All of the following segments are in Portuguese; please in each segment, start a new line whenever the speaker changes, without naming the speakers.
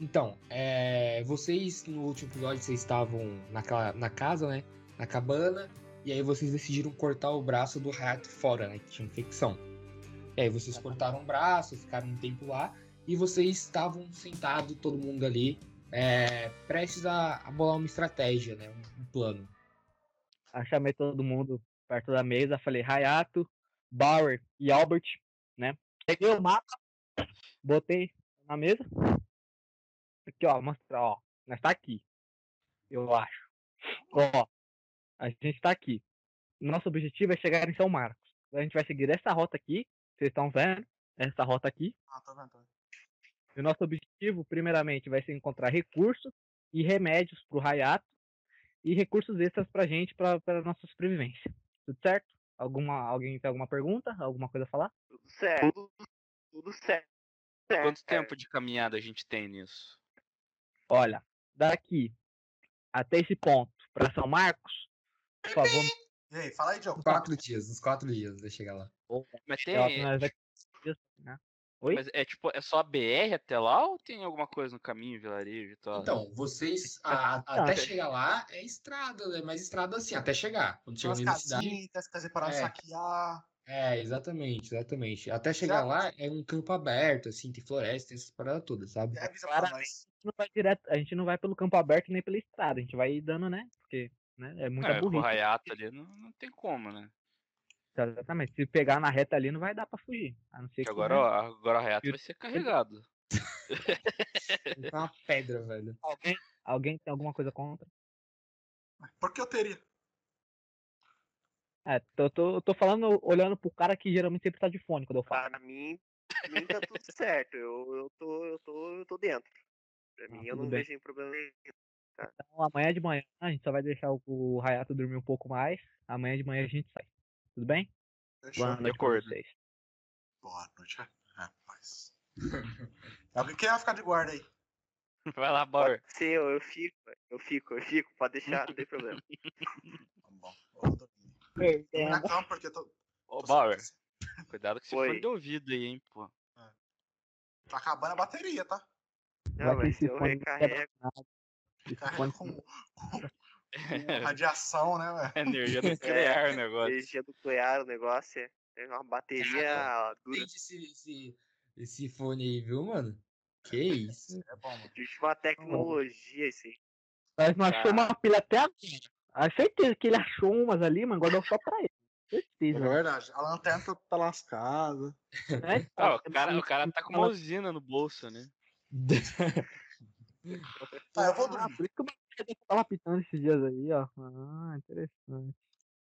Então, é, vocês no último episódio vocês estavam naquela, na casa, né? Na cabana, e aí vocês decidiram cortar o braço do Hayato fora, né? Que tinha infecção. E aí vocês cortaram o braço, ficaram um tempo lá, e vocês estavam sentados, todo mundo ali, é, prestes a, a bolar uma estratégia, né? Um, um plano.
Aí chamei todo mundo perto da mesa, falei Hayato, Bauer e Albert, né? Peguei o mapa, botei na mesa. Aqui, ó, mostrar, ó. Nós tá aqui. Eu acho. Ó, a gente tá aqui. Nosso objetivo é chegar em São Marcos. A gente vai seguir essa rota aqui. Vocês estão vendo? Essa rota aqui.
Ah, tô vendo. tô vendo.
E o nosso objetivo, primeiramente, vai ser encontrar recursos e remédios pro Hayato e recursos extras pra gente, pra, pra nossa sobrevivência. Tudo certo? Alguma, alguém tem alguma pergunta? Alguma coisa a falar?
Tudo certo. Tudo certo.
É,
Quanto tempo de caminhada a gente tem nisso?
Olha, daqui até esse ponto pra São Marcos, por favor,
E aí, fala aí, Diogo.
Uns quatro dias, uns quatro dias, até chegar lá.
Mas tem.
Ela- nós vai- né? Oi?
mas é tipo, é só a BR até lá ou tem alguma coisa no caminho, vilarejo e tal?
Então, vocês a-
Ah,
até
tá.
chegar lá é estrada, né? Mas estrada assim, até chegar. Quando
Tinha
chegar
umas
na cidade.
casinhas, quer parar de
É.
saquear.
É, exatamente, exatamente. Até chegar lá é um campo aberto, assim, tem floresta, tem essas paradas todas, sabe?
É, avisa pra
Claramente.
nós.
gente não vai direto, a gente não vai pelo campo aberto nem pela estrada, a gente vai dando, né? Porque né, é muita
é, com o
burrice.
Hayato ali não, não tem como, né?
Exatamente. Se pegar na reta ali, não vai dar pra fugir. A não ser
Porque
que.
agora,
né,
ó, agora o Hayato vai ser carregado.
É uma pedra, velho.
alguém, alguém tem alguma coisa contra?
Por que eu teria?
É, eu tô, eu tô falando, olhando pro cara que geralmente sempre tá de fone quando eu
Ah,
falo.
Pra mim, pra mim tá tudo certo. Eu, eu, tô, eu, tô, eu tô dentro. Pra
Tá
Ah,
mim, eu
tudo
não
bem.
vejo nenhum problema nenhum.
Então, amanhã de manhã, a gente só vai deixar o, o Hayato dormir um pouco mais. Amanhã de manhã a gente sai. Tudo bem?
Fechou.
Boa noite pra
acordo.
vocês.
Boa noite, é, rapaz. Alguém quer ficar de guarda aí?
Vai lá, Bauer.
Pode ser, eu, eu fico, eu fico, eu fico, pode deixar, não tem problema.
Tá bom. Eu vou dormir.
é,
Vou na cama porque eu tô.
Ô,
tô
Bauer,
sem-
cuidado com esse
Oi.
fone de ouvido aí, hein, pô.
Tá acabando a bateria, tá?
Vai
Não,
que
mas
esse
eu
fone
recarrego.
Tá
Carrega
Quando-
Tá com, com radiação, né, velho?
É energia nuclear o negócio.
Energia nuclear, o negócio é é uma bateria dura.
Entende esse, esse, esse fone aí, viu, mano? Que isso?
É bom, mano.
Existe uma tecnologia, assim.
Mas não achou
Tá.
Ah.
uma pilha até agora. A certeza que ele achou umas ali, mano, guardou só pra ele.
É
Certeza.
verdade. A lanterna tá- tá lascada.
né?
Ah, o cara, o cara tá com uma usina no bolso, né?
Tá, eu vou
Ah,
dormir.
por isso que o Mercedes tava pitando esses dias aí, ó. Ah, interessante.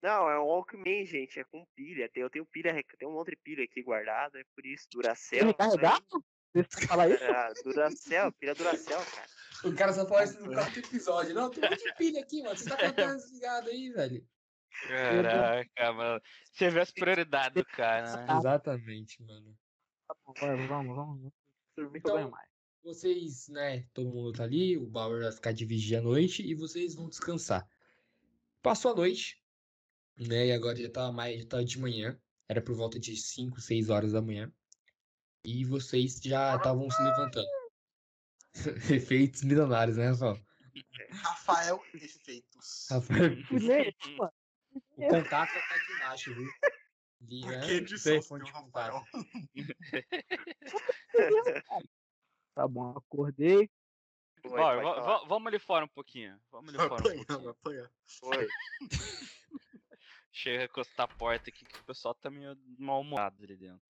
Não, é um Walkman, gente, é com pilha. Tem, eu tenho pilha, rec- tem um monte de pilha aqui guardada, é por isso, né? Duracell.
Ele tá
né?
isso aí,
carregado? Você fala isso?
cara, Duracell, É, pilha Duracell, cara.
O cara só fala isso no quarto episódio. Não, tem um monte de pilha aqui, mano. Você tá com a lanterna desligada aí, velho.
Uhum.
Caraca, mano. Você vê as prioridades do cara, né?
Exatamente, mano.
Tá bom, vai, vamos, vamos. vamos. Dormir que
Então-
eu
é
ganho mais.
Vocês, né, todo mundo tá ali, o Bauer vai ficar de vigia à noite e vocês vão descansar. Passou a noite, né, e agora já tá mais, já tá de manhã, era por volta de 5, 6 horas da manhã, e vocês já estavam se levantando. Efeitos milionários, né, só?
Rafael Efeitos.
Rafael,
um
Fudei, mano.
o contato tá aqui embaixo, viu? Ali,
Por
né,
que
o
é de
telefone de
Rafael?
contato.
Tá bom, acordei.
Oi,
Bauer,
pode
va-
falar.
va- vamos ali fora um pouquinho. Vamos ali
Vai
fora um
apanhar, vai
pouquinho.
apanhar.
Oi.
Chega a encostar a porta aqui que o pessoal tá meio mal-humorado ali dentro.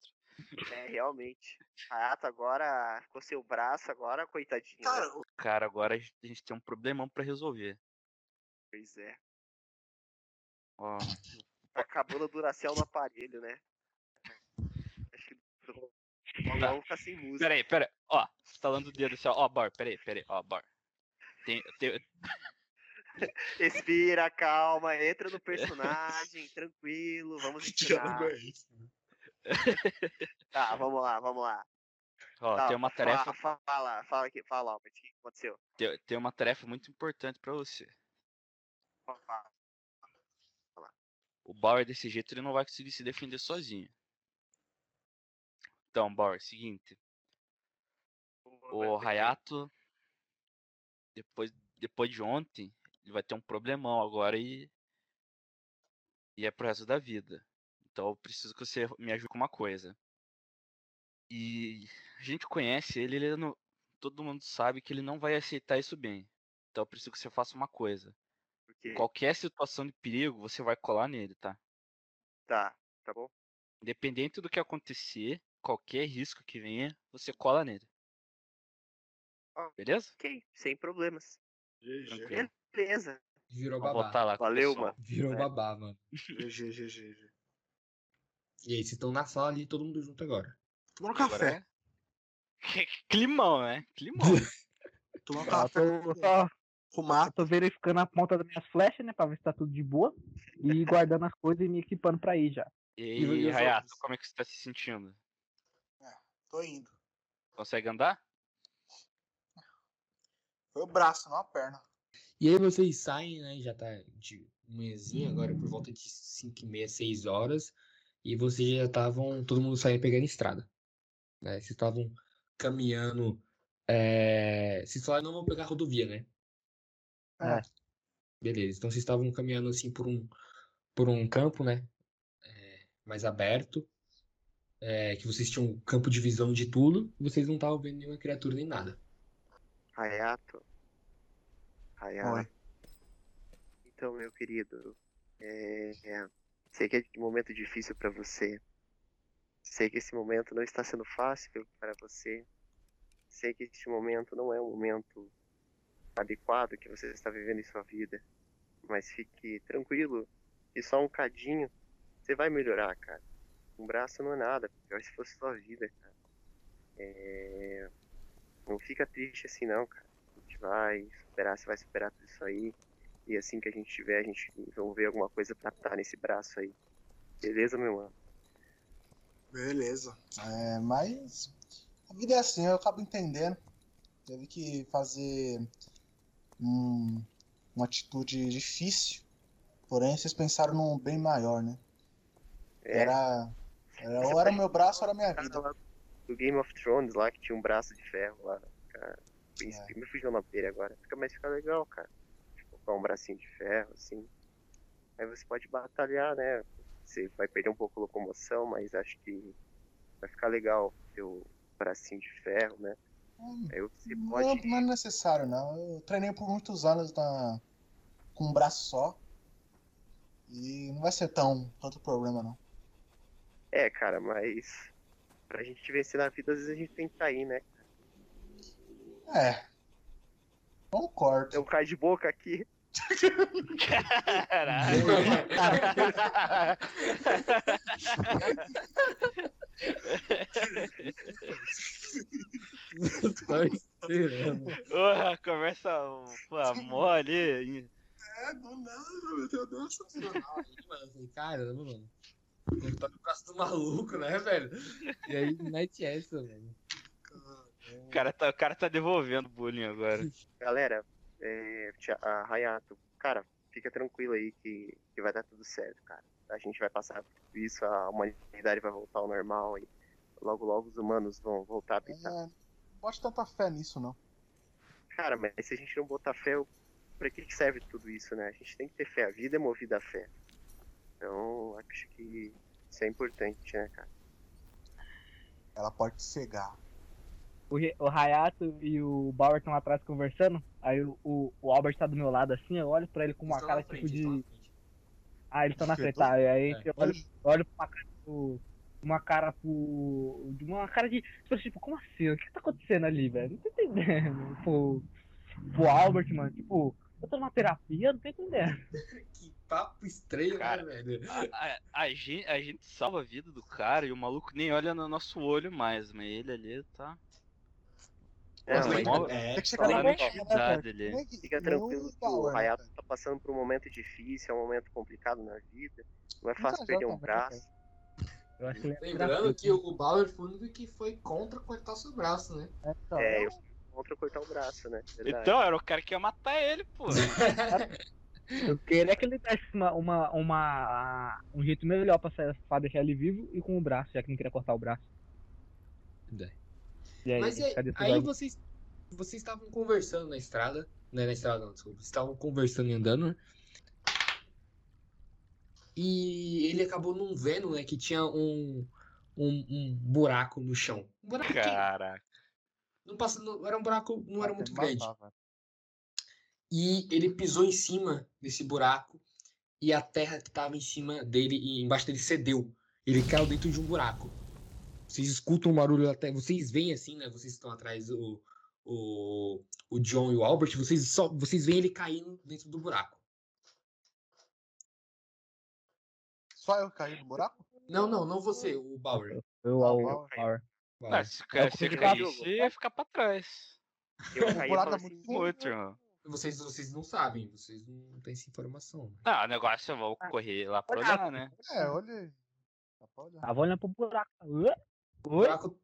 É, realmente. Rayato agora ficou seu braço agora, coitadinho. né?
Cara, o-
Cara, agora a gente a gente tem um problemão pra resolver.
Pois é.
Ó,
Tá acabando o Duracell no aparelho, né? Acho que logo
Tá.
vamos ficar sem música.
Peraí, peraí. Ó, estalando o dedo assim, ó. Ó, Bor, peraí, peraí, ó, Bor. Tem, tem-
Respira, calma, entra no personagem, tranquilo, vamos
que
Ah,
diálogo
ensinar.
é esse?
Tá, vamos lá, vamos lá.
ó,
Tá,
tem uma
fa-
tarefa,
Fala, fala, fala, aqui, fala, Albert, o que aconteceu?
tem, tem uma tarefa muito importante pra você.
Fala, fala.
O Bauer desse jeito ele não vai conseguir se defender sozinho. Então, Bauer, seguinte,
Vamos
o
ver.
Hayato depois, depois de ontem, ele vai ter um problemão agora e. E é pro resto da vida. Então eu preciso que você me ajude com uma coisa. E a gente conhece ele, ele não, todo mundo sabe que ele não vai aceitar isso bem. Então eu preciso que você faça uma coisa.
Porque.
Qualquer situação de perigo, você vai colar nele, tá?
Tá, tá bom?
Independente do que acontecer, qualquer risco que venha, você cola nele.
Ah.
Beleza?
Ok, sem problemas.
GG,
Tranquilo.
Beleza.
Virou
Vou
babá.
voltar lá. com o
Valeu,
pessoal.
mano.
Virou
É.
babá, mano.
GG, GG.
E aí, vocês estão na sala ali, todo mundo junto agora.
Tomando
Agora
café.
é- Climão, né? Climão.
Tomando
Tá,
café.
tô, só,
Fumar.
eu tô verificando a ponta das minhas flechas, né? Pra ver se tá tudo de boa. E guardando as coisas e me equipando pra ir já.
E
E
aí,
os
Hayato,
outros?
como é que você tá se sentindo?
Tô indo.
Consegue andar?
Foi o braço, não a perna.
E aí vocês saem, né? Já tá de manhãzinha agora, por volta de 5 e meia, 6 horas. E vocês já estavam. Todo mundo saindo pegando estrada. Né? Vocês estavam caminhando. É... Vocês falaram não vão pegar rodovia, né?
É.
Beleza. Então vocês estavam caminhando assim por um, por um campo, né? É, mais aberto. É, que vocês tinham um campo de visão de tudo. E vocês não estavam vendo nenhuma criatura nem nada.
Hayato. Hayato.
Oi.
Então, meu querido, é, é, sei que é um momento difícil pra você. Sei que esse momento não está sendo fácil para você. Sei que este momento não é um momento adequado que você está vivendo em sua vida. Mas fique tranquilo, que só um cadinho você vai melhorar, cara. Um braço não é nada, pior se fosse sua vida, cara. É, Não fica triste assim, não, cara. A gente vai superar, você vai superar tudo isso aí. E assim que a gente tiver, a gente vão ver alguma coisa pra estar nesse braço aí. Beleza, meu mano?
Beleza. É, mas a vida é assim, eu acabo entendendo. Teve que fazer um- uma atitude difícil. Porém, vocês pensaram num bem maior, né? Era, era
Você
ou era
pode-
meu braço ou era minha
o cara
vida.
lá do Game of Thrones lá que tinha um braço de ferro lá. Cara, O príncipe, me fugiu o nome dele agora. Fica mais fica legal, cara. Tipo, com um bracinho de ferro, assim. Aí você pode batalhar, né? Você vai perder um pouco a locomoção, mas acho que vai ficar legal seu bracinho de ferro, né?
Hum,
Aí você
Não,
pode.
não é necessário, não. Eu treinei por muitos anos na- com um braço só. E não vai ser tão tanto problema, não.
É, cara, mas pra gente vencer na vida, às vezes a gente tem que cair, né?
É. Concordo.
Eu caio um de boca aqui.
Caralho.
Tava esperando.
Porra, conversa pô, mole. hein?
É, do nada, meu Deus do céu.
mano. Falei, Caramba, mano. Cortar o braço do maluco, né, velho? E aí, mete essa, velho.
O cara, tá, o cara tá devolvendo bullying agora.
Galera, é, tia- a Hayato, cara, fica tranquilo aí que, que vai dar tudo certo, cara. A gente vai passar por tudo isso, a humanidade vai voltar ao normal e logo logo os humanos vão voltar a pintar.
É, não bote tanta fé nisso, não.
Cara, mas se a gente não botar fé, o- pra que que serve tudo isso, né? A gente tem que ter fé, a vida é movida a fé. Então, acho que isso é importante, né, cara?
Ela pode cegar.
O, Re- o Hayato e o Bauer estão lá atrás conversando. Aí o, o, o Albert tá do meu lado assim, eu olho pra ele
é
com uma cara tipo de. Ah, eles estão na frente. Tá, e aí
É.
eu olho, eu olho pra uma cara pro. Uma cara pro. de Uma cara de. Tipo, tipo, como assim? O que tá acontecendo ali, velho? Não tô entendendo. Pro, pro Albert, mano. Tipo, eu tô numa terapia, eu não tô entendendo.
Que papo estranho,
Cara.
né, velho?
A, a- a gente, a gente salva a vida do cara e o maluco nem olha no nosso olho mais, mas ele ali tá.
É,
Nossa,
mas
mó-
É,
Tem que
tá
chegar
lá
na
bem,
na
Ah,
mente,
atividade ali.
Fica tranquilo que
né,
o Hayato tá passando por um momento difícil, é um momento complicado na vida. Não é fácil
já
perder
tá
um
muito
braço.
Eu acho ele é
Lembrando
terapeuta.
que o Bauer foi o único que foi contra cortar seu braço, né?
Então,
É,
um
eu contra cortar o braço, né? Verdade.
Então, era o cara que ia matar ele, pô.
Eu queria que ele desse uma, uma, uma- um jeito melhor pra, sair- pra deixar ele vivo e com o braço, já que não queria cortar o braço.
Daí.
E aí,
Mas aí,
cadê esse
é, aí
Albert?
vocês vocês estavam conversando na estrada Não é na estrada, não, desculpa. Eles estavam conversando e andando, né? E ele acabou não vendo, né, que tinha um, um, um buraco no chão. Um buraco pequeno.
Caraca.
Não passa, não, era um buraco, não era
é
muito
Matava.
grande. E ele pisou em cima desse buraco e a terra que tava em cima dele e embaixo dele cedeu. Ele caiu dentro de um buraco. Vocês escutam um barulho até, vocês veem assim, né? Vocês estão atrás o o, o John e o Albert, vocês só vocês veem ele caindo dentro do buraco.
Só eu caí no buraco?
Não, não, não você, o Bauer.
Eu,
Ah,
o
Bauer.
Power.
Ah,
Bauer.
se o
É
cara
o
se
Kubrick
caísse,
jogou.
ia ficar pra trás.
Eu
O
caí e
buraco
falei
é
assim,
muito
Outro, irmão.
Vocês, vocês não sabem, vocês não têm essa informação. né?
Não, o negócio é vamos correr lá pra
Olha.
olhar, né?
É, olha aí. Tá Dá pra olhar.
Tava olhando pro buraco. Ué?
O
Oi?
buraco,
né?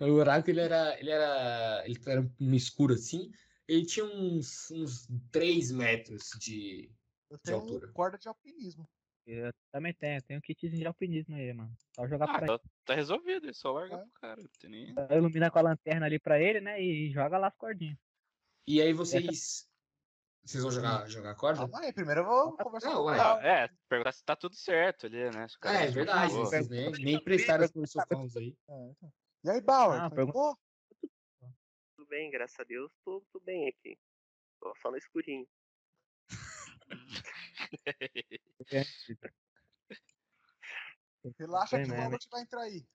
o buraco ele era, ele era, ele era um escuro assim. Ele tinha uns, uns 3 metros de,
Eu
altura.
tenho corda de alpinismo.
Eu também tenho, eu tenho kitzinho de alpinismo aí, mano. Só jogar
Ah,
pra ele.
tá, tá resolvido, é só larga
É.
pro cara. não tem nem-
Só Ilumina com a lanterna ali pra ele, né? E joga lá as cordinhas.
E aí vocês. Vocês vão jogar, jogar corda?
Calma aí, primeiro eu vou conversar
Ah, Não,
com o
ué.
cara.
Ah, é, perguntar se tá tudo certo ali, né? Se o cara
é, é
se
verdade,
machucou.
vocês nem, nem prestaram as socorros aí.
É, então. E aí, Bauer?
Ah,
Falei,
pergunta-
Pô,
tudo bem, graças a Deus, tô, tô bem aqui. Tô só no escurinho.
relaxa
Bem,
que o
né,
Robert vai entrar aí.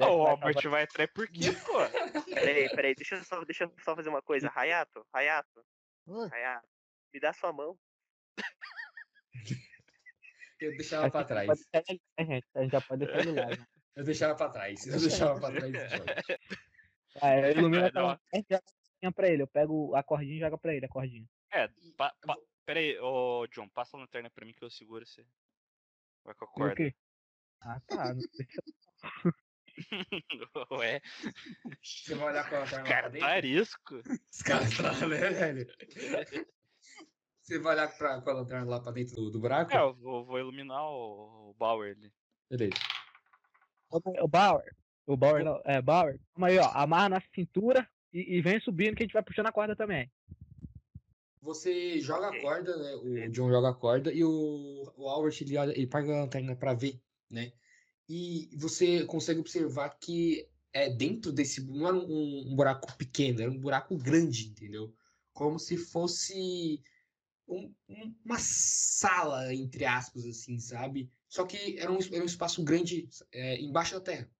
Ah, o Albert vai entrar por quê, pô?
Peraí, peraí, deixa eu só, deixa eu só fazer uma coisa. Rayato, Rayato,
Oi,
Rayato, me dá sua mão.
Eu deixava pra trás.
A né, gente, a gente já pode deixar ele lá. né?
Eu deixava pra trás. Eu deixava pra trás. o jogo.
Ah, eu ilumino
Vai,
com a
não.
lanterna e joga a cordinha pra ele. Eu pego a cordinha e jogo pra ele, a cordinha.
É, pa, pa, pera aí, ô John, passa a lanterna pra mim que eu seguro você. Vai com a
E o
corda.
quê? Ah, tá. Não deixa
Ué,
Você vai olhar com a perna pra
cara, tá
dentro?
arisco.
Os caras tá, né, velho? Você vai olhar pra, com a lanterna lá pra dentro do, do buraco?
É, eu vou, vou iluminar o, o Bauer ali.
Beleza.
É O Bauer. O Bauer não. É, Bauer. Calma aí, ó. Amarra na cintura e, e vem subindo que a gente vai puxando a corda também.
Você joga a
Ok.
corda, né?
Uhum.
O John joga a corda e o, o Albert ele, olha, ele paga a lanterna pra ver, né? E você consegue observar que é dentro desse. Não era um, um buraco pequeno, era um buraco grande, entendeu? Como se fosse um- um- uma sala, entre aspas, assim, sabe? Só que era um, es- era um espaço grande é, embaixo da terra,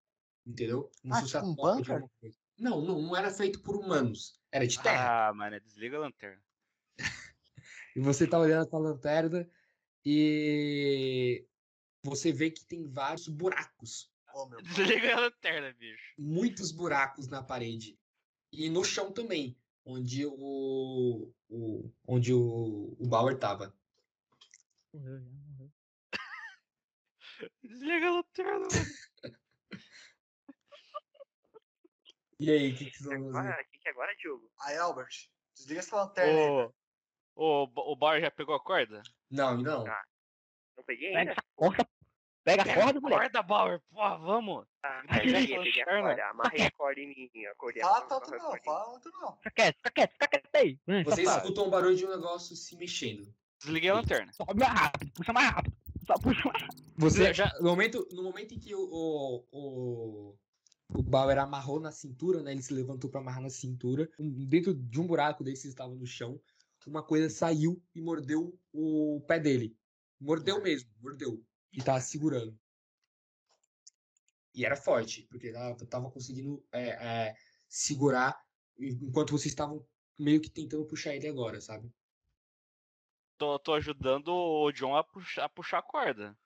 entendeu? Como
Ah,
se fosse a
tipo um
toca de
bunker?
alguma coisa. Não, não, não era feito por humanos, era de terra.
Ah, mano, desliga a lanterna.
E você tá olhando com a lanterna e você vê que tem vários buracos,
Ô, meu
Desliga a lanterna, bicho.
muitos buracos na parede e no chão também, onde o, o onde o, o Bauer tava.
Morreu já, morreu.
Desliga a lanterna, mano.
E aí, o que, que vocês vão fazer?
Agora, o que que é agora, Diogo?
Aí, Albert, desliga essa lanterna aí.
Ô, ô, Ba- o Bauer já pegou a corda?
Não, não.
Ah. Não peguei
Pega
ainda?
essa corda. Pega a corda, moleque.
Corda, É, Bauer, porra, vamos.
Ah,
Ai,
peguei,
gente,
peguei a
lanterna.
corda. Amarrei a corda em mim. A corda
Fala
amarrei
tanto
a
não,
corda em mim.
fala muito não.
Fica quieto, fica quieto, fica quieto aí. Vem,
Vocês
safado.
escutam o barulho de um negócio se mexendo.
Desliguei a lanterna.
Sobe mais rápido, puxa mais rápido. Só puxa mais
Você
Já-
no momento, no momento em que o, o, o, o Bauer amarrou na cintura, né? Ele se levantou pra amarrar na cintura. um- dentro de um buraco desses estava no chão. Uma coisa saiu e mordeu o pé dele. Mordeu mesmo, mordeu. E tava segurando. E era forte, porque ela tava conseguindo é, é, segurar enquanto vocês estavam meio que tentando puxar ele agora, sabe?
Tô, tô ajudando o John a puxar, a puxar a corda.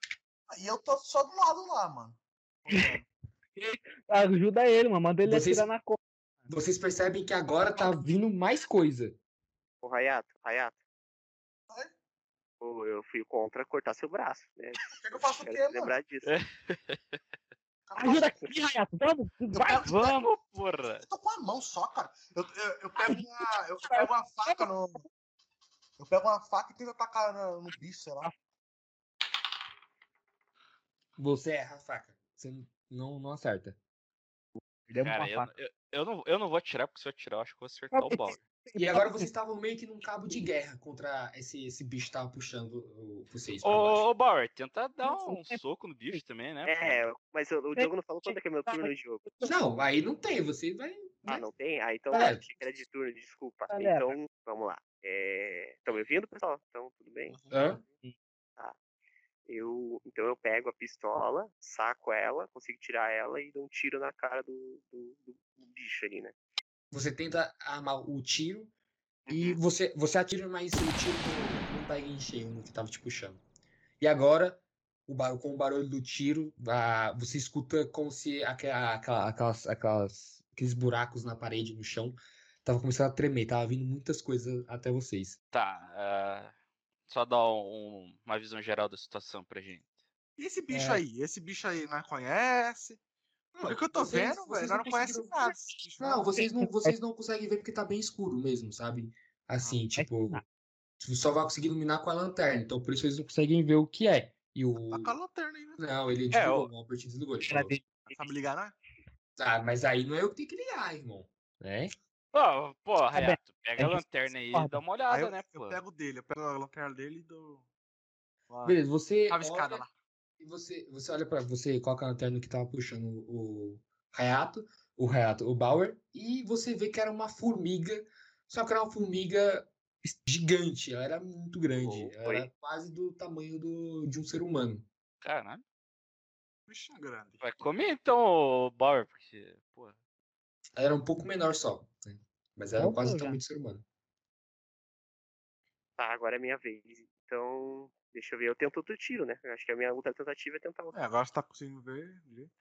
E eu tô só do lado lá, mano.
rápido. Ajuda ele, mano. Manda ele
Vocês-
atirar na corda.
Vocês percebem que agora tá vindo mais coisa.
Ô, Rayato, Rayato.
Oi?
Pô, eu fui contra cortar seu braço, né?
O que que eu faço o
Quero
quê,
te
mano?
lembrar disso.
É.
Ajuda aqui, Rayato. Vamos, vai.
Eu
Vamos, porra.
Eu tô com a mão só, cara. Eu, eu, eu pego, uma, eu pego uma faca no. Eu pego uma faca e tento atacar no, no bicho, sei lá.
Você erra a faca. Você não, não acerta.
Deu uma
Cara, eu,
faca.
eu, Eu não, eu não vou atirar, porque se eu atirar, eu acho que eu vou acertar o Bauer.
E agora vocês estavam meio que num cabo de guerra contra esse, esse bicho que tava puxando o- vocês pra
Ô,
baixo.
ô, Bauer, tenta dar
Nossa,
um soco no bicho também, né? pô?
É, mas o, o Diogo não falou quando é que é meu turno, Diogo.
Não, aí não tem, você vai.
Ah, não tem? Ah, então
É.
achei que era de turno, desculpa.
Galera.
Então, vamos lá. Estão me ouvindo, pessoal? Então, tudo bem?
Hã?
Eu, então eu pego a pistola, saco ela, consigo tirar ela e dou um tiro na cara do, do- do- do bicho ali, né?
Você tenta armar o tiro e você, você atira, mas o tiro não- não pega em cheio no que tava te puxando. E agora, o bar- com o barulho do tiro, a- você escuta como se aquela, aquela- aquelas, aquelas- aqueles buracos na parede, no chão, tava começando a tremer, tava vindo muitas coisas até vocês.
Tá, ah, só dar um- uma visão geral da situação pra gente.
E esse bicho
É.
aí? Esse bicho aí não conhece? Olha é o que eu tô
vocês-
vendo, velho.
vocês
Nós não
não
conhece
conseguiram-
nada desse bicho.
Não, vocês não, vocês não conseguem ver porque tá bem escuro mesmo, sabe?
Ah,
Assim,
é
tipo, você só vai conseguir iluminar com a lanterna, então por isso eles não conseguem ver o que é. E o.
Tá com a lanterna aí, né?
Não, ele desligou,
eu-
o Albert desligou. Ele
Pra
falou.
ver.
Sabe ligar, não é?
Ah, mas aí não é eu que tenho que ligar, irmão. Né?
Ah,
Ó, pô,
Tá
bem.
Hayato,
É
pega
Tem
a
que-
lanterna aí e
Ó,
dá uma
Aí
olhada,
eu,
né,
eu
pô?
pego dele, eu pego a lanterna dele e dou. Lá,
Beleza, você.
Tava escada
olha
lá.
E você, você olha pra. Você coloca a lanterna que tava puxando o Hayato, o Hayato, o Bauer, e você vê que era uma formiga. Só que era uma formiga gigante, ela era muito grande.
Opa,
ela era quase do tamanho do, de um ser humano.
Caralho,
Bicho é grande.
vai comer então, ô, Bauer, porque, pô,
Ela era um pouco menor só. né? Mas era
Opa,
quase
já.
do tamanho de um ser humano.
Tá, agora é minha vez. Então, deixa eu ver. Eu tento outro tiro, né? Eu acho que a minha outra tentativa é tentar outro
É, agora você tá conseguindo ver. direito.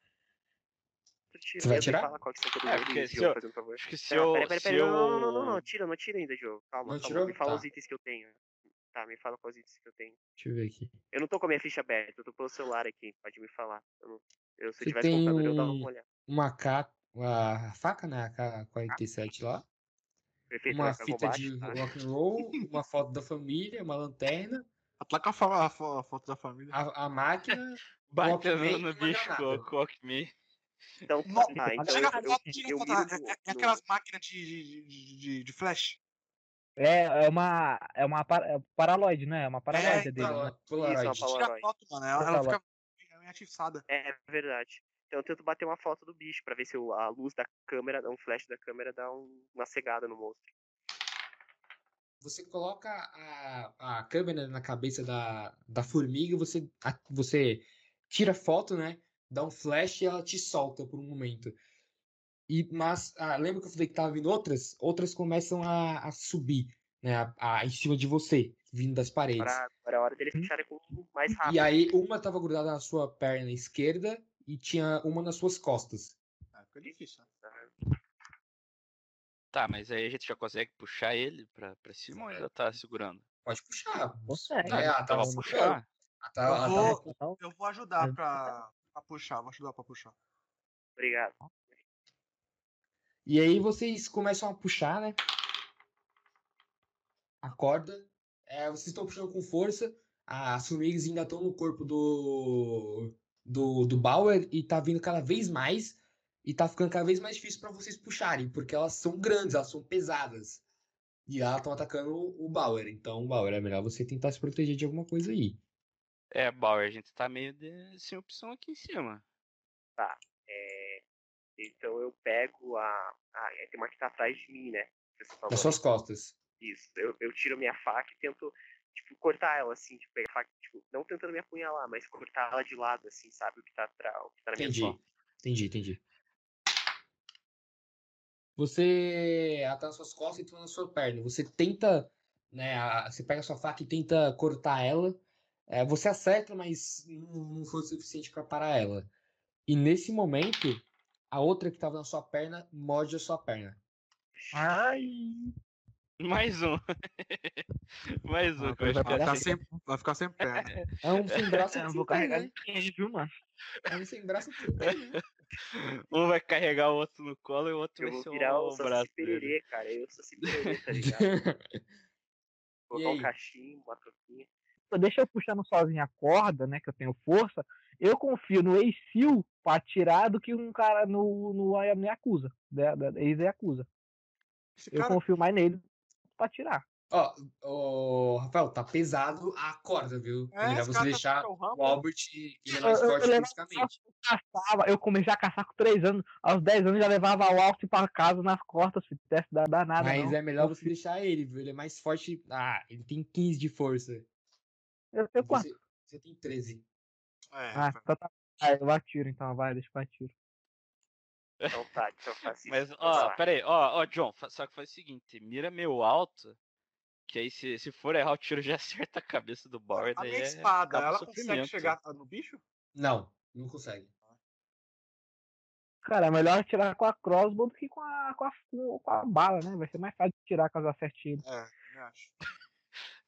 tiro.
Você vai
Mesmo e
tirar?
Fala qual que você
É,
tá
porque
dando,
se
Diogo,
eu-
fazendo favor.
acho que se
Não,
eu...
pera, pera,
se
pera, não, não, não, não, não,
eu-
não, tira, não tira ainda, Diogo. Calma,
Não
calma.
tirou?
Me fala
Tá.
os itens que eu tenho. Tá, me fala quais itens que eu tenho.
Deixa eu ver aqui.
Eu não tô com a minha ficha aberta, eu tô pelo celular aqui, pode me falar. Eu, não- eu, se
Você
eu tivesse
tem
computador, eu dava
um-
uma olhada.
Uma K, a faca, né? A K47 lá.
Perfeito,
uma
vai ficar
fita
baixo,
de
tá?
rock and roll, uma foto da família, uma lanterna,
Lá com a, fa- a fo- a foto da família.
a, a máquina. Walkman
Batendo
e uma
no bicho com
granada.
o Walkman.
Então,
Não,
tá, então
Chega
eu,
a
eu,
foto, tira
eu
foto.
miro
É-
no-
é- É
no-
aquelas máquinas de, de, de- de- de flash.
É, é uma. É uma par- é paraloide, né? É uma paraloide
É,
dele. né?
Polaroid. Polaroid.
Isso, uma
Tira a
Polaroid.
foto, mano. Ela, ela
Polaroid.
fica meio atiçada.
É verdade. Então eu tento bater uma foto do bicho pra ver se o- a luz da câmera, um flash da câmera dá um- uma cegada no monstro.
Você coloca a, a câmera na cabeça da, da formiga, você, a- você tira a foto, né? Dá um flash e ela te solta por um momento. E, mas ah, lembra que eu falei que tava vindo outras? Outras começam a, a subir, né? A, a- em cima de você, vindo das paredes.
Agora, agora é a hora deles
Hum.
fecharem com mais rápido.
E aí uma tava grudada na sua perna esquerda e tinha uma nas suas costas.
Ah, fica difícil. né?
Tá, mas aí a gente já consegue puxar ele pra, pra cima ou ainda tá segurando?
Pode puxar.
Consegue.
Ah, é, ela
tá
Tava
tava puxando.
puxar?
Ela tava- ela tava-
Vou-
Então,
Eu vou ajudar
É.
pra, pra puxar. Vou ajudar pra puxar.
Obrigado.
E aí vocês começam a puxar, né? A corda. É, vocês estão puxando com força. As formigas ainda estão no corpo do, do do Bauer e tá vindo cada vez mais. E tá ficando cada vez mais difícil pra vocês puxarem, porque elas são grandes, elas são pesadas. E elas estão atacando o o Bauer. Então, Bauer, é melhor você tentar se proteger de alguma coisa aí.
É, Bauer, a gente tá meio de... sem opção aqui em cima.
É, então eu pego a. Ah, é, tem uma que tá atrás de mim, né? que Você falou.
Nas suas costas.
Isso. Eu, eu tiro minha faca e tento, tipo, cortar ela, assim, tipo, pegar a faca, tipo, não tentando me apunhalar, mas cortar ela de lado, assim, sabe? O que tá, tra... o que tá na minha
Entendi.
mão.
Entendi, entendi. Você ela tá nas suas costas e tu na sua perna. Você tenta, né? a- Você pega a sua faca e tenta cortar ela. É, você acerta, mas não, não foi o suficiente pra parar ela. E nesse momento, a outra que tava na sua perna morde a sua perna.
ai,
Mais um. Mais um.
Ah,
que eu
vai,
acho que
ficar
é-
sem, vai ficar sem perna.
É um sem braço
eu não
que
vou
você tem,
carregar
né?
ninguém, viu, mano?
É um sem braço que você tem, né?
Um vai carregar o outro no colo e o outro
Eu
vai
vou
ser
virar
o,
o
braço
Saci
dele.
Pererê, cara. Eu sou Saci Pererê,
né?
tá ligado? Vou
E
Colocar um
aí?
cachimbo, uma toquinha.
Deixa eu puxando sozinho a corda, né? Que eu tenho força. Eu confio no Eisil pra tirar do que um cara no, no Yakuza, da, da, da ex-Yakuza.
Esse
Eu
cara-
confio mais nele pra tirar.
Ó, ô, Rafael, tá pesado a corda, viu?
É,
É melhor
esse
você
cara tá
deixar
com o
o
Rambo.
Albert, que ele é mais
Eu- eu- eu
forte
lembro-
fisicamente.
Eu caçava, eu comecei a caçar com 3 anos. Aos 10 anos já levava o alce pra casa nas costas, se desse da- danada.
Mas
não.
é melhor você deixar ele, viu? Ele é mais forte. Ah, ele tem 15 de força.
Eu tenho quatro.
Você, você tem 13.
É,
Ah,
velho.
então tá. Ah, eu atiro então, vai, deixa eu atiro.
Então tá, então faz isso.
Mas,
Então vai
ó,
lá.
pera aí, ó, ó, John, fa- só que faz o seguinte, mira meio alto, que aí se, se for errar o tiro já acerta a cabeça do Bauer,
a
daí
né,
minha
é-
Tá, espada,
acaba o
ela consegue
sofrimento.
chegar no bicho?
Não, não consegue.
Cara, é melhor atirar com a crossbow do que com a, com a, com com a bala, né? Vai ser mais fácil de tirar caso acerte ele.
É, também acho.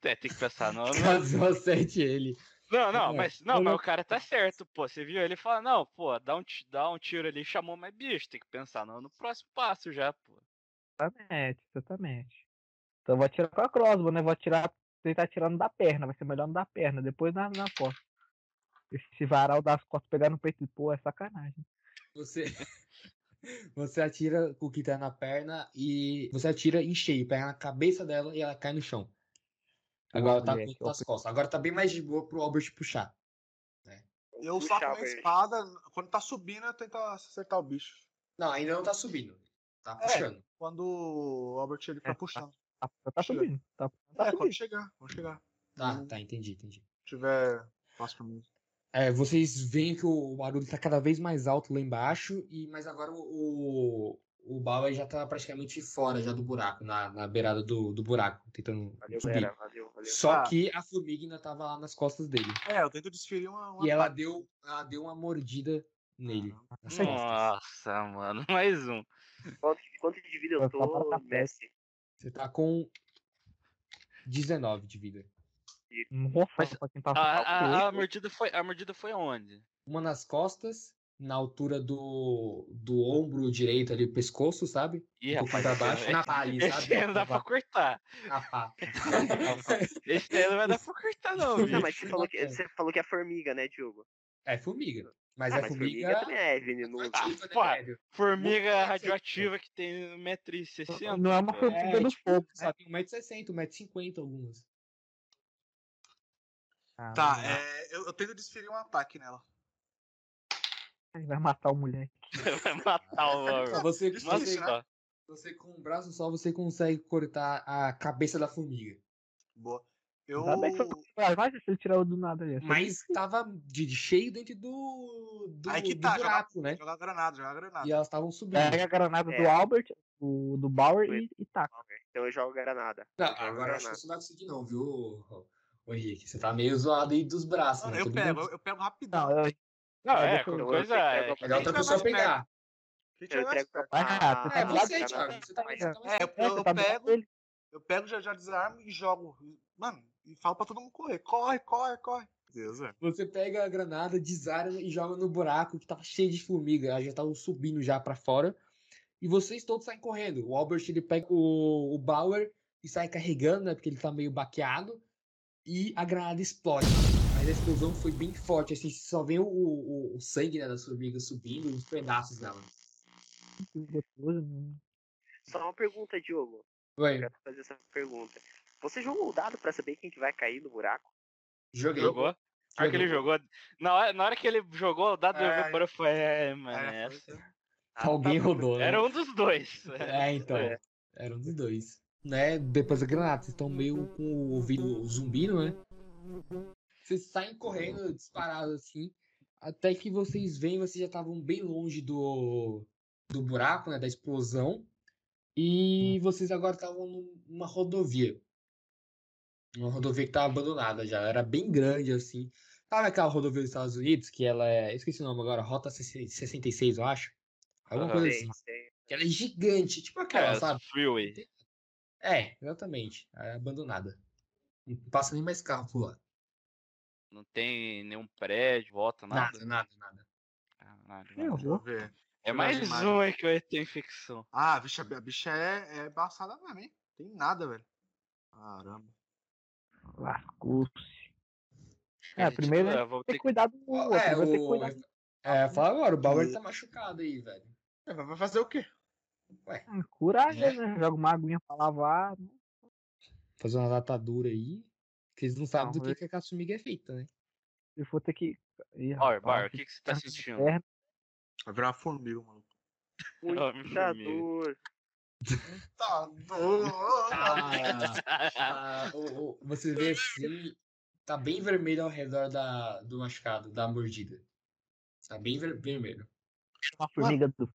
É, tem que pensar no... no-
Caso eu acerte ele.
Não, não,
É,
mas, não,
eu
mas
não-
o cara tá certo, pô, você viu? Ele fala, não, pô, dá um, ti- dá um tiro ali, chamou mais bicho, tem que pensar no, no próximo passo já, pô.
Exatamente, exatamente. Então eu vou atirar com a crossbow, né? Vou atirar, tentar atirar no da perna, vai ser melhor no da perna, depois na, na costa. Esse varal das costas pegar no peito, pô, é sacanagem.
Você. Você atira o que tá na perna e. Você atira em cheio, pega na cabeça dela e ela cai no chão. Agora tá
Olha,
com
que
as costas. Agora tá bem mais de boa pro Albert puxar.
Eu
Puxa,
saco a minha
Albert.
espada, quando tá subindo, eu tento acertar o bicho.
Não, ainda não tá subindo. Tá
É.
puxando.
Quando o Albert ele tá
É,
puxando.
Tá, tá
Tira.
subindo, tá, tá
É, quando
subindo.
chegar, quando chegar.
Tá,
Uhum.
tá, entendi, entendi.
Se tiver próximo mim.
É, vocês veem que o barulho tá cada vez mais alto lá embaixo, e mas agora o, o, o Bauer já tá praticamente fora já do buraco, na, na beirada do, do buraco, tentando
Valeu,
subir.
galera, valeu, valeu. tá.
Só
Ah.
que a formiga ainda tava lá nas costas dele.
É, eu tento desferir uma. uma
E ela
ataque.
deu, ela deu uma mordida nele. é
Ah,
nas
é
costas.
Nossa, mano, mais um.
Quanto, quanto de vida eu
Vai falar pra
tô,
frente.
Messi?
Você tá com 19 de vida.
Nossa, pra quem tá
A, a, a
oito,
mordida foi, a mordida foi aonde?
Uma nas costas, na altura do, do ombro direito ali, o pescoço, sabe?
Ih,
Um pouquinho
rapaz, é
pra
tá esse aí-
baixo, na pá ali,
Esse aí
sabe?
não dá pra cortar.
Na pá.
Esse aí não vai dar pra cortar, não,
Não,
Não,
bicho.
mas você falou, que,
bacana.
você falou que é formiga, né, Diogo?
É formiga. Mas
Ah,
é
mas
formiga.
também é venenoso.
Ah, tipo, né,
porra.
velho?
Formiga
Não,
radioativa que tem 1,60m.
Não é uma formiga
É,
do
tipo,
fogo.
só tem 1,60m, 1,50m algumas.
né?
Tá,
Ah,
é, eu, eu tento desferir um ataque nela.
Vai matar o moleque.
Vai matar o
Pra
Bauer.
Você,
Difícil,
Mas
você,
né?
só.
você com um braço só, você consegue cortar a cabeça da formiga.
Boa. Eu.
Ainda bem que foi- Ah, Imagina se ele tirou do nada ali.
Mas tava de de cheio dentro do, do,
Aí que
do
tá,
buraco, né?
Jogar granada, jogar granada.
E elas estavam subindo.
Pega a granada do
É.
Albert, do, do Bauer e, e taca.
Então eu jogo granada.
Não,
eu jogo
agora eu acho que
granada.
você não vai conseguir, não, viu, ô- ô Henrique? Você tá meio zoado aí dos braços,
assim,
Mano,
né?
eu
Todo
pego,
mundo-
eu, eu pego rapidão.
Não, eu-
Não,
Ah,
é,
deixa eu-
qualquer
eu
coisa.
pego
é,
a-
Pegar
Quem
outra
tá
pessoa
mais
pegar.
Quem tiver
Eu
mais
entrego
perto?
pra
Vai errar,
cá.
tu tá
É,
ligado?
você,
Granada.
Thiago. Você tá mais, você tá mais
É, eu,
perto.
você
eu
tá do lado
pego,
dele.
eu pego, já, já desarmo e jogo. Mano, e falo pra todo mundo correr. Corre, corre, corre. Deus, é. velho.
Você pega a granada, desarma e joga no buraco que tava cheio de formiga. Elas já estavam subindo já pra fora. E vocês todos saem correndo. O Albert ele pega o, o Bauer e sai carregando, né? Porque ele tá meio baqueado. E a granada explode. Mas a explosão foi bem forte. Assim, você só vê o, o, o sangue né, das formigas subindo e os pedaços dela.
Gostoso, né?
Só uma pergunta, Diogo. Eu
Ué,
quero fazer essa pergunta. Você jogou o dado pra saber quem que vai cair no buraco?
joguei.
Jogou? Na hora que ele
Uhum.
jogou. Na hora, na hora que ele jogou, o dado
É,
jogou para foi. É, mano,
É, foi
essa.
Ah,
Alguém
tá bom.
rodou, né?
Era um dos dois.
É, então.
É.
Era um dos dois. Né? Depois da granada, vocês estão meio com o ouvido zumbindo, né? Vocês saem correndo, disparados assim. Até que vocês veem, vocês já estavam bem longe do, do buraco, né? Da explosão. E vocês agora estavam num- numa rodovia. Uma rodovia que estava abandonada já. Era bem grande, assim. Sabe aquela rodovia dos Estados Unidos, que ela é. eu Esqueci o nome agora, Rota 66, eu acho. Alguma
Aham.
coisa assim.
Sei, sei.
Que ela é gigante, tipo aquela, sabe?
freeway.
É, exatamente. É abandonada. Não passa nem mais carro por lá.
Não tem nenhum prédio, volta, nada.
Nada, nada, nada.
Ah, nada,
Eu
nada.
Deixa eu ver.
É
Deixa eu
mais
ver as imagens.
um aí que vai ter infecção.
Ah, a bicha, a bicha é, é embaçada mesmo, hein? Tem nada, velho. Caramba.
Lascou-se. É,
gente-
primeiro
eu vou
Tem
ter
que
que-
cuidar do outro,
é,
vai ter que
o-
cuidar do
É, fala agora, o Bauer
E-
tá machucado aí, velho.
É, mas vai fazer o quê?
Ah, Cura
É.
ele, né? Joga uma aguinha pra lavar.
Fazer uma datadura aí. Que eles não sabem
Não,
do que, que a Katsumiga é feita, né?
Se for ter que. Ih,
Olha,
rapaz,
Bar, o
que
que, que você tá
tanto de
sentindo?
perna.
Vai virar uma formiga, mano.
Ah, minha
Tá
formiga.
dor.
Tá
Tá,
doido.
Ah, o- o- você vê assim, tá bem vermelho ao redor da, do machucado, da mordida. Tá bem ver- vermelho.
Uma formiga do.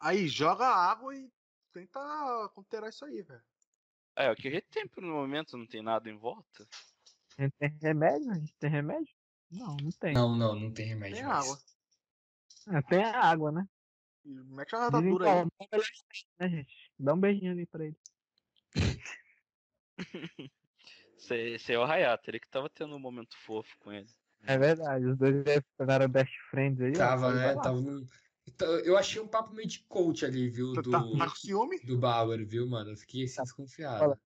Aí joga água e tenta conterar isso aí, velho.
É, o que a gente tem pro momento não tem nada em volta.
A gente tem remédio? A gente tem remédio? Não, não tem.
Não, não, não tem remédio
Tem
mais.
água.
É, tem a água, né?
E mete
Tá
uma
Dizem
atadura
que
aí.
é o melhor remédio, né, gente? Dá um beijinho ali pra ele.
Esse esse é o Hayato, ele que tava tendo um momento fofo com ele.
É verdade, os dois já tornaram best friends aí. ó.
Tava,
Vai
né?
lá.
Tava num- Então, Eu achei um papo meio de coach ali, viu?
Tá,
Do,
tá, tá com ciúme?
do Bauer, viu, mano? Eu fiquei assim, desconfiado.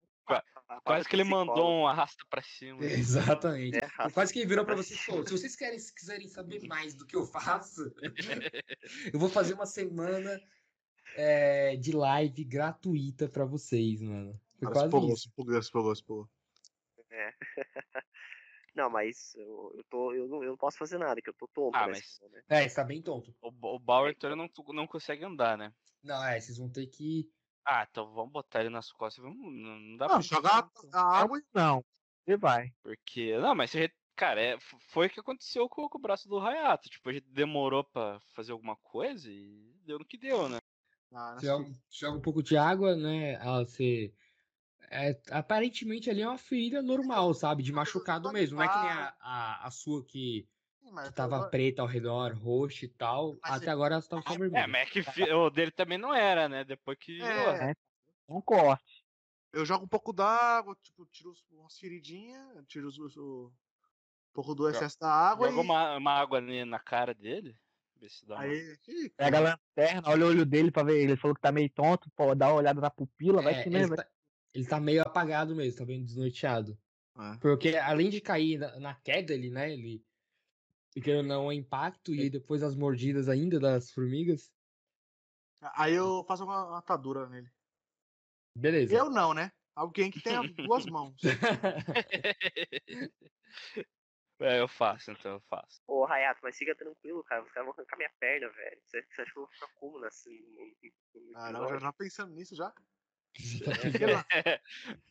Quase que ele mandou um arrasta pra cima.
Exatamente.
É, Rafa,
Quase que ele virou pra vocês e falou: se vocês querem, se quiserem saber mais do que eu faço, eu vou fazer uma semana é, de live gratuita pra vocês, mano. Foi
Cara, se
quase
empolgou,
isso.
se empolgou, se empolgou, se empolgou.
é. Não, mas eu, eu tô. Eu não, eu não posso fazer nada, que eu tô tonto,
Ah,
né,
mas-
senão, né?
É, você tá bem tonto.
O, Ba- o Bauer então, ele não, não consegue andar, né?
Não, é, vocês vão ter que.
Ah, então vamos botar ele nas costas. Vamos, não, não é um, dá
Não,
pra.
joga a-
um,
a água e
Não, ele vai.
Porque. Não, mas se a gente. Cara, é, f- foi o que aconteceu com, com o braço do Hayato. Tipo, a gente demorou pra fazer alguma coisa e deu no que deu, né?
Ah, não
Você
sei.
joga, joga um pouco de água, né? Ela se. é, aparentemente ali é uma ferida normal, sabe? De machucado mesmo. Não é que nem a, a, a sua que,
Mas
que tava preta ao redor, roxa e tal.
Mas
Até agora ela tava só
É,
vermelha.
mas é que fi- o dele também não era, né? Depois que. virou, né?
É,
Um corte.
eu jogo um pouco d'água, tipo, tiro os- umas feridinhas, tiro os, os- o- um pouco do excesso da água
Joga
e...
uma, uma água ne- na cara dele. Ver se dá uma...
Aí, Ih,
Pega a lanterna, olha o olho dele pra ver. Ele falou que tá meio tonto, pô, dá uma olhada na pupila,
É,
vai que mesmo.
ele, tá, ele tá meio apagado mesmo, tá meio desnorteado.
É.
Porque além de cair na, na queda ali, né? Ele. e Querendo ou não, é impacto, e aí depois as mordidas ainda das formigas.
aí eu faço uma uma atadura nele.
Beleza.
Eu não, né? Alguém que tenha duas mãos.
É, eu faço, então eu faço.
Ô, Rayato, mas fica tranquilo, cara. Os caras vão arrancar minha perna, velho. Você, você acha que eu vou ficar como assim? nessa.
Ah,
Caramba, já tava pensando nisso já. Relaxa,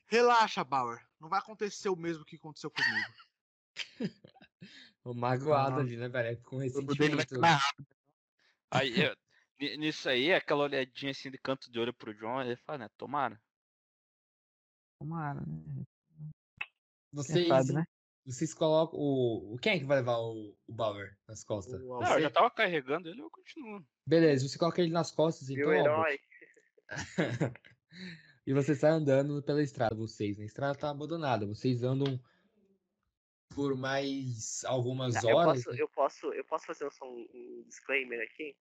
relaxa, Bauer. Não vai acontecer o mesmo que aconteceu comigo.
Tô magoado
Nossa.
ali, né, velho? Com
O dele vai
ressentimento.
ser mais rápido.
Aí, eu- ni- nisso aí, aquela olhadinha assim de canto de olho pro John, ele fala, né? Tomara.
Tomara, né? Quem
Vocês,
sabe, né?
vocês colocam. O, o- quem é que vai levar o, o Bauer nas costas?
O
Não, eu já
Alzheimer.
tava carregando ele, eu continuo.
Beleza, você coloca ele nas costas, então.
Meu
Albert.
herói.
e você sai andando pela estrada, vocês. né? A estrada tá abandonada. Vocês andam por mais algumas
Ah, Eu
horas.
posso,
né?
eu, posso, eu posso fazer só um, um disclaimer aqui?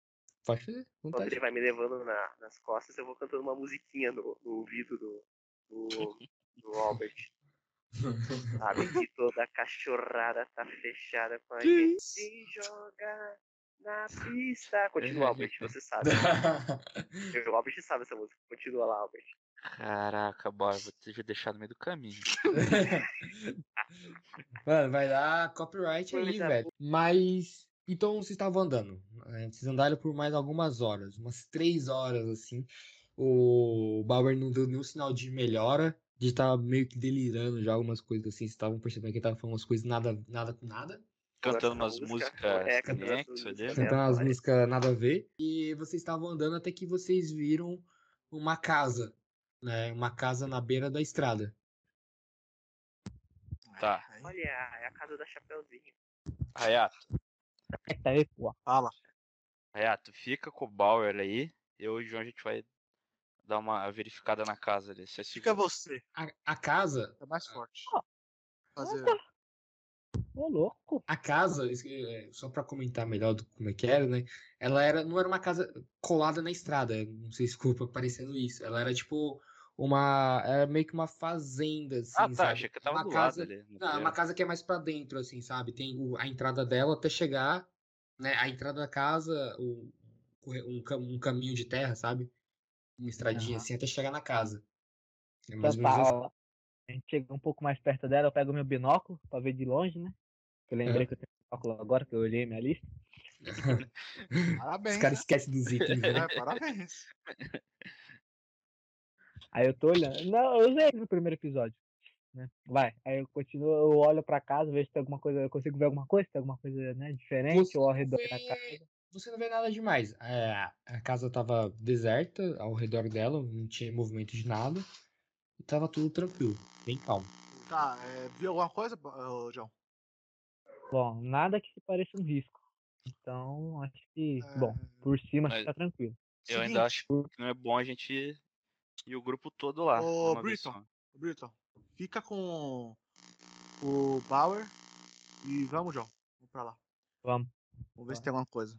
Pode fazer,
Enquanto
vontade.
ele vai me levando na- nas costas, eu vou cantando uma musiquinha no, no ouvido do, do, do Albert. Sabe que toda a cachorrada tá fechada com a gente. Se joga na pista. Continua, Albert, você sabe. O Albert sabe essa música. Continua lá, Albert.
Caraca, bora, vou ter que deixar no meio do caminho.
Mano, vai dar copyright
Pois
aí,
é,
velho. Mas. Então vocês estavam andando. né? Vocês andaram por mais algumas horas, umas três horas, assim. O Bauer não deu nenhum sinal de melhora. De estar meio que delirando já algumas coisas assim. Vocês estavam percebendo que ele tava falando umas coisas nada, nada com nada.
Cantando
essa
umas
música,
músicas
é, cantando essas
desconexas
músicas.
ali.
É,
Cantando as
olha.
músicas nada a ver. E vocês estavam andando até que vocês viram uma casa. Né? Uma casa na beira da estrada.
Tá,
Olha, é a casa da Chapeuzinho.
Hayato,
Eita, aí, pô.
Fala.
Hayato, fica com o Bauer aí. Eu e o John a gente vai dar uma verificada na casa ali. Se é
Fica
seguro.
você.
A, a casa,
É mais forte.
Ah.
Fazer...
Ô, louco.
a casa, isso que, é, só pra comentar melhor do, como é que era, né? Ela era, não era uma casa colada na estrada, não sei desculpa parecendo isso. Ela era tipo uma. Era meio que uma fazenda, assim,
Ah, tá,
sabe?
achei que eu tava
uma
do
casa,
lado ali. né?
Não,
no
é uma
primeiro.
casa que é mais pra dentro, assim, sabe? Tem o- a entrada dela até chegar, né? A entrada da casa, o, corre- um, cam- um caminho de terra, sabe? Uma estradinha
Aham.
assim até chegar na casa. É mais
Então
ou menos
tá,
assim.
ó, a gente chega um pouco mais perto dela, eu pego meu binóculo pra ver de longe, né? Que eu lembrei
Aham.
que eu tenho binóculo agora, que eu olhei minha lista.
Os
Parabéns.
caras esquecem dos itens, né?
né? É, parabéns.
Aí eu tô olhando. Não, eu usei no primeiro episódio. Né? Vai, aí eu continuo, eu olho pra casa, vejo se tem alguma coisa, eu consigo ver alguma coisa, se tem alguma coisa né, diferente, ou ao redor da
vê-
casa.
Você não vê nada demais. É, a casa tava deserta ao redor dela, não tinha movimento de nada. E tava tudo tranquilo, bem calmo.
Tá, é, viu alguma coisa, ô, John?
Bom, nada que pareça um risco. Então, acho que, bom,
É,
por cima acho
Mas-
que tá tranquilo.
Eu ainda acho que não é bom a gente ir o grupo todo lá.
Ô,
numa vez
Britton.
só.
Britton, fica com o Bauer e vamos, John. Vamos pra lá.
Vamos.
Vamos ver se
Tá.
tem alguma coisa.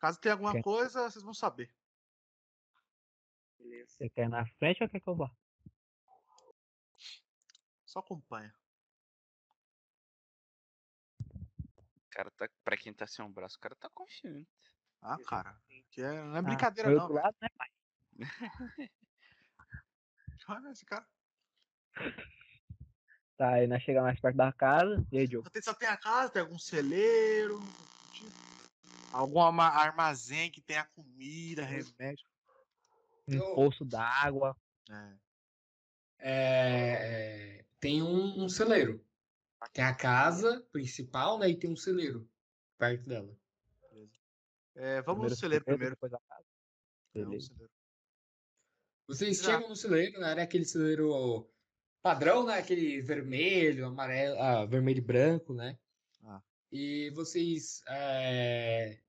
Caso tenha alguma
Quer-
coisa, vocês vão saber.
Beleza.
Você quer ir na frente ou quer que eu vá?
Só acompanha.
O cara tá. Pra quem tá sem um braço, o cara tá confiante.
Ah, cara. Que é- não é
Ah,
brincadeira,
foi
não.
outro lado, né, pai?
velho. Olha esse cara.
Tá, aí nós chegamos mais perto da casa. E aí, Diogo?
Só tem, só tem a casa, tem algum celeiro. tipo. Algum ama- armazém que tenha comida, remédio.
Um
Eu-
poço d'água.
É.
É, é, tem um, um celeiro. Tem a casa principal, né? E tem um celeiro perto dela.
É, vamos
Primeiro
no
celeiro,
celeiro primeiro. né?
Depois a casa.
Vamos no
Beleza.
celeiro.
Vocês
Já.
chegam no celeiro, né? Era aquele celeiro padrão, né? Aquele vermelho, amarelo, ah, vermelho e branco, né?
Ah.
E vocês é,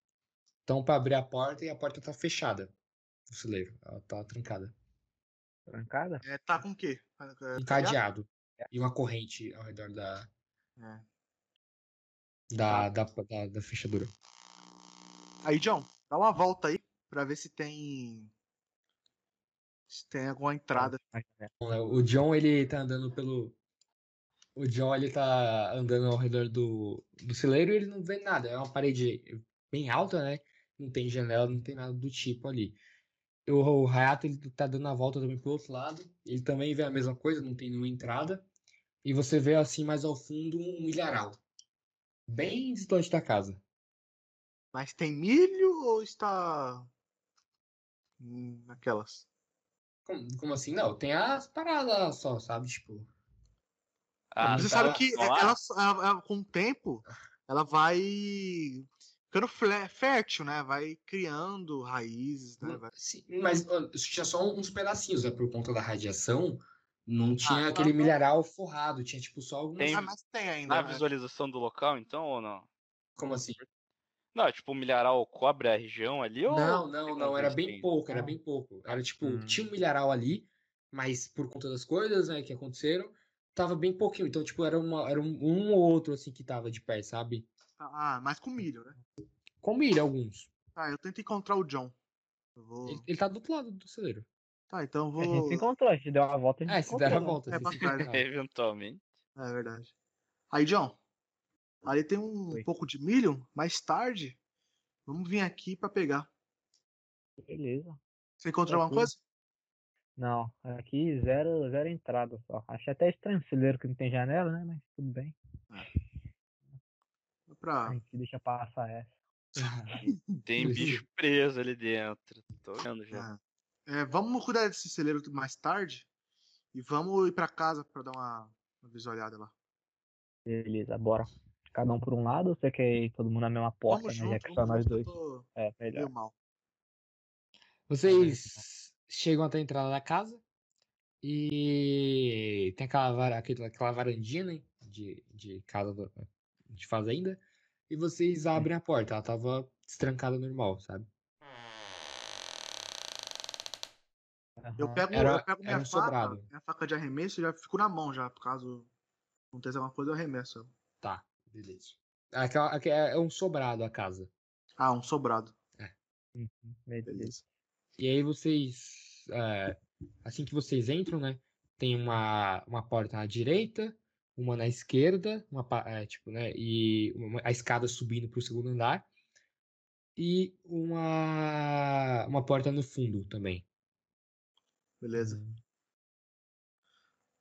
estão para abrir a porta e a porta tá fechada. O celeiro, ela tá trancada.
Trancada?
É, tá com o quê? Tá- tá-
Um
tá ligado?
cadeado e uma corrente ao redor da,
É. Tá.
da, da, da, da fechadura.
Aí, John, dá uma volta aí pra ver se tem. Se tem alguma entrada.
Bom, né, O John, ele tá andando pelo. O John, ele tá andando ao redor do, do celeiro e ele não vê nada. É uma parede bem alta, né? Não tem janela, não tem nada do tipo ali. E O, o Hayato, ele tá dando a volta também pro outro lado. Ele também vê a mesma coisa, não tem nenhuma entrada. E você vê, assim, mais ao fundo, um milharal. Bem distante da casa.
Mas tem milho ou está. hum, Naquelas.
Como, como assim? Não, tem as paradas só, sabe? Tipo,
Ah,
Mas
Você
tá,
sabe que é,
é
vamos lá?
ela, ela- ela- com o tempo, ela vai ficando fle- fértil, né? Vai criando raízes, né? Vai-
Sim, mas ó, isso tinha só uns pedacinhos, né? Por conta da radiação, não tinha
tá,
aquele
tá.
milharal forrado, tinha tipo só alguns.
Tem-
Ah, mas tem ainda.
Tá Na
né?
visualização do local, então, ou não?
Como assim?
Não, tipo, o milharal cobre a região ali
um
ou.
Não, não,
tem
não,
uns
era bem
desenhos?
pouco, era
Ah.
bem pouco. Era tipo,
tá. Hum.
tinha um milharal ali, mas por conta das coisas, né, que aconteceram, tava bem pouquinho. Então, tipo, era, uma, era um, um ou outro assim que tava de pé, sabe?
Ah, mas com milho, né?
Com milho, alguns.
Tá, eu tento encontrar o John. Eu vou-
Ele, ele tá do outro lado do celeiro.
Tá, então eu
É, A gente
vou.
se encontrou, a gente deu uma volta. A gente
É, se deram a
encontrou, né?
volta.
É
vocês se
bacana.
encontraram.
Eventualmente.
É verdade. Aí, John, ali tem um
Oi.
pouco de milho. Mais tarde, vamos vir aqui pra pegar.
Beleza.
Você encontrou alguma coisa?
Não, aqui zero, zero entrada só. Achei até estranho o celeiro que não tem janela, né? Mas tudo bem.
Dá Pra...
A gente deixa passar essa.
tá.
Tem
Beleza.
bicho preso ali dentro. Tô vendo já.
Ah. É, vamos cuidar desse celeiro mais tarde e vamos ir pra casa pra dar uma, uma bisolhada lá.
Beleza, bora. Cada um por um lado, ou você quer ir todo mundo na mesma porta, né?
vamos
Já que só nós
vamos
dois.
junto, eu tô
É,
meio
melhor.
mal.
Vocês chegam até a entrada da casa e tem aquela, vara- aquele- aquela varandinha né, de, de casa do- de fazenda e vocês abrem a porta. Ela tava destrancada normal, sabe?
Eu pego,
Era-
eu pego minha
era um
faca,
sobrado.
minha faca de arremesso já fico na mão já, por caso aconteça alguma coisa eu arremesso. ela.
Tá, beleza. Aquela, aque- é um sobrado a casa.
Ah, um sobrado.
Beleza.
Beleza.
E aí vocês é, Assim que vocês entram, né? Tem uma, uma porta na direita, uma na esquerda, uma, pa- é, tipo, né? E uma- a escada subindo para o segundo andar. E uma, uma porta no fundo também.
Beleza.
Uhum.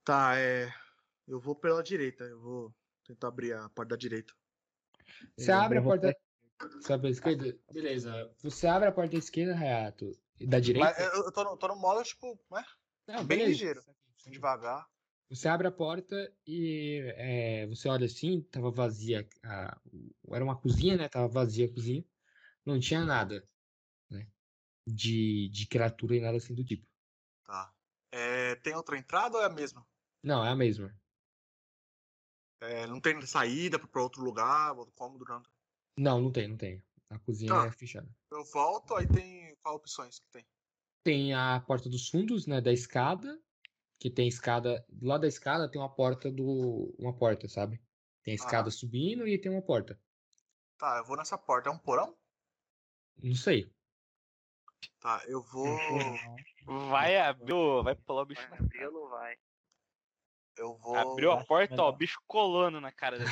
Tá, é. Eu vou pela direita. Eu vou tentar abrir a porta da direita.
Você
Eu
abre a
vou
porta. Você abre a esquerda? Beleza. Você abre a porta esquerda, Rayato. Da direita?
Mas eu, eu tô, no, tô no modo, tipo, né?
Não,
bem
beleza.
ligeiro. Devagar.
Você abre a porta e é, você olha assim, tava vazia. a- era uma cozinha, né? Tava vazia a cozinha. Não tinha nada, né? De, de criatura e nada assim do tipo.
Tá. É, tem outra entrada ou é a mesma?
Não, é a mesma.
É, não tem saída pra outro lugar, outro cômodo, não.
Não, não tem, não tem. A cozinha
Tá.
é fechada.
Eu volto, aí tem. Qual opções que tem?
Tem a porta dos fundos, né? Da escada. Que tem escada. Do lado da escada tem uma porta do. Uma porta, sabe? Tem a escada
Aham.
subindo e tem uma porta.
Tá, eu vou nessa porta. É um porão?
Não sei.
Tá, eu vou.
Vai abrir, o- vai pular o bicho
Vai
na
abrir ou não vai?
Eu vou.
Abriu a porta, ó,
melhor.
o bicho colando na cara dele.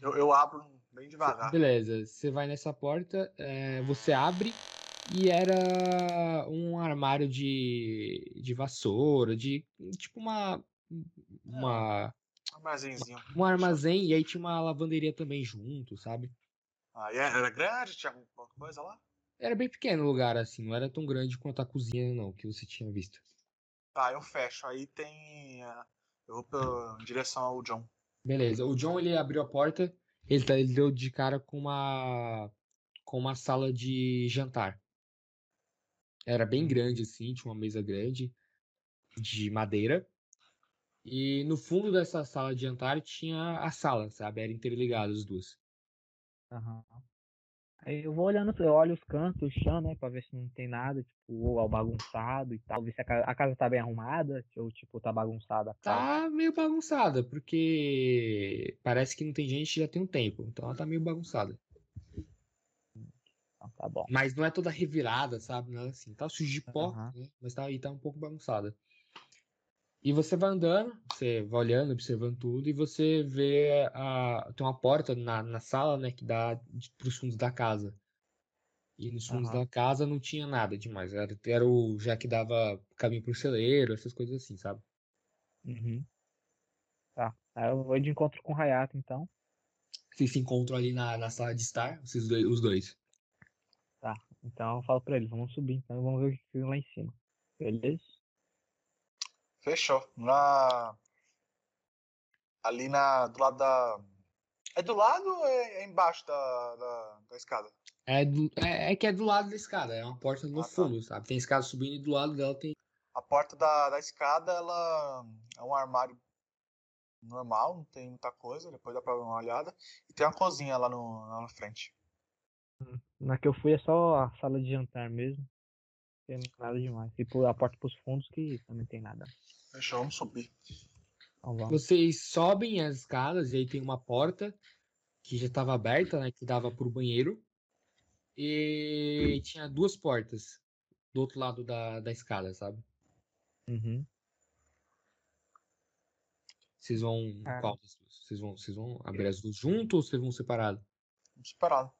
Eu, eu abro bem devagar.
Beleza, você vai nessa porta, é, você abre e era um armário de, de vassoura, de tipo uma, uma
Armazenzinho.
um armazém e aí tinha uma lavanderia também junto, sabe?
Ah, e era grande? Tinha alguma coisa lá?
Era bem pequeno o lugar assim, não era tão grande quanto a cozinha não que você tinha visto.
Tá, eu fecho. Aí tem. ah, Eu vou pra- em direção ao John.
Beleza, o John ele abriu a porta, ele, tá- ele deu de cara com uma com uma sala de jantar. Era bem grande assim, tinha uma mesa grande de madeira. E no fundo dessa sala de jantar tinha a sala, sabe? Era interligado as duas.
Aham. Aí eu vou olhando, eu olho os cantos, o chão, né, pra ver se não tem nada, tipo, ou bagunçado e tal. Ver se a casa, a casa tá bem arrumada, ou tipo, tá bagunçada a casa.
Tá meio bagunçada, porque parece que não tem gente já tem um tempo, então ela tá meio bagunçada.
Então, tá bom.
Mas não é toda revirada, sabe? Não é assim. Tá sujo de pó,
Aham.
né? Mas tá, aí tá um pouco bagunçada. E você vai andando, você vai olhando, observando tudo, e você vê a, tem uma porta na, na sala, né, que dá de- pros fundos da casa. E nos fundos
Aham.
da casa não tinha nada demais. Era, era o já que dava caminho pro celeiro, essas coisas assim, sabe?
Uhum. Tá. Aí eu vou de encontro com o Hayato, então.
Vocês se encontram ali na, na sala de estar, vocês dois, os dois.
Então eu falo pra ele, vamos subir, então vamos ver o que tem lá em cima. Beleza?
Fechou. Na. Ali na. Do lado da. É do lado ou é, é embaixo da, da, da escada?
É, do- é, é que é do lado da escada, é uma porta no
Ah, tá.
fundo, sabe? Tem escada subindo e do lado dela tem
A porta da, da escada, ela é um armário normal, não tem muita coisa, depois dá pra dar uma olhada. E tem uma cozinha lá, no, lá na frente.
Na que eu fui é só a sala de jantar mesmo. Não tem nada demais. E por- a porta pros fundos que também tem nada.
Fechou, vamos subir.
Então vamos.
Vocês sobem as escadas e aí tem uma porta que já estava aberta, né? Que dava pro banheiro. E tinha duas portas do outro lado da, da escada, sabe?
Uhum.
Vocês vão.
Ah.
Qual das duas? Vocês vão, vocês vão abrir as duas junto ou vocês vão separado?
Vamos separado.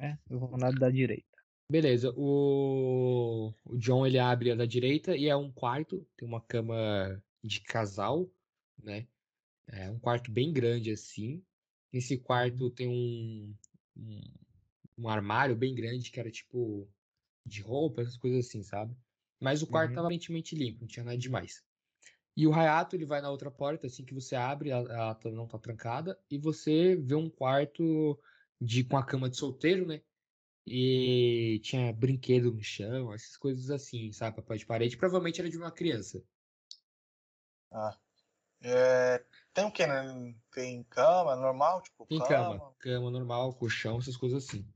É, eu vou na da direita.
Beleza, o, o John ele abre a da direita e é um quarto, tem uma cama de casal, né? É um quarto bem grande assim. Nesse quarto tem um, um, um armário bem grande que era tipo de roupa, essas coisas assim, sabe? Mas o quarto
Uhum.
estava aparentemente limpo, não tinha nada demais. E o Hayato ele vai na outra porta, assim que você abre, a- ela tá- não tá trancada, e você vê um quarto de com a cama de solteiro, né? E tinha brinquedo no chão, essas coisas assim, sabe? Papel de parede. Provavelmente era de uma criança.
Ah. É, tem o que, né? Tem cama normal, tipo
Tem
cama.
cama, cama normal, colchão, essas coisas assim.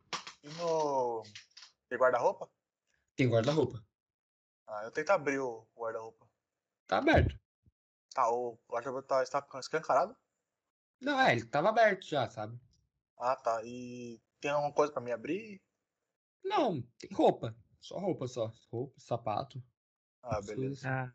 E no. Tem guarda-roupa?
Tem guarda-roupa.
Ah, eu tento abrir o guarda-roupa.
Tá aberto.
Tá, o guarda-roupa tá, está escancarado?
Não, é, ele tava aberto já, sabe?
Ah, tá. E tem alguma coisa pra mim abrir?
Não, tem roupa. Só roupa, só. Roupa, sapato.
Ah,
As coisas
beleza.
assim.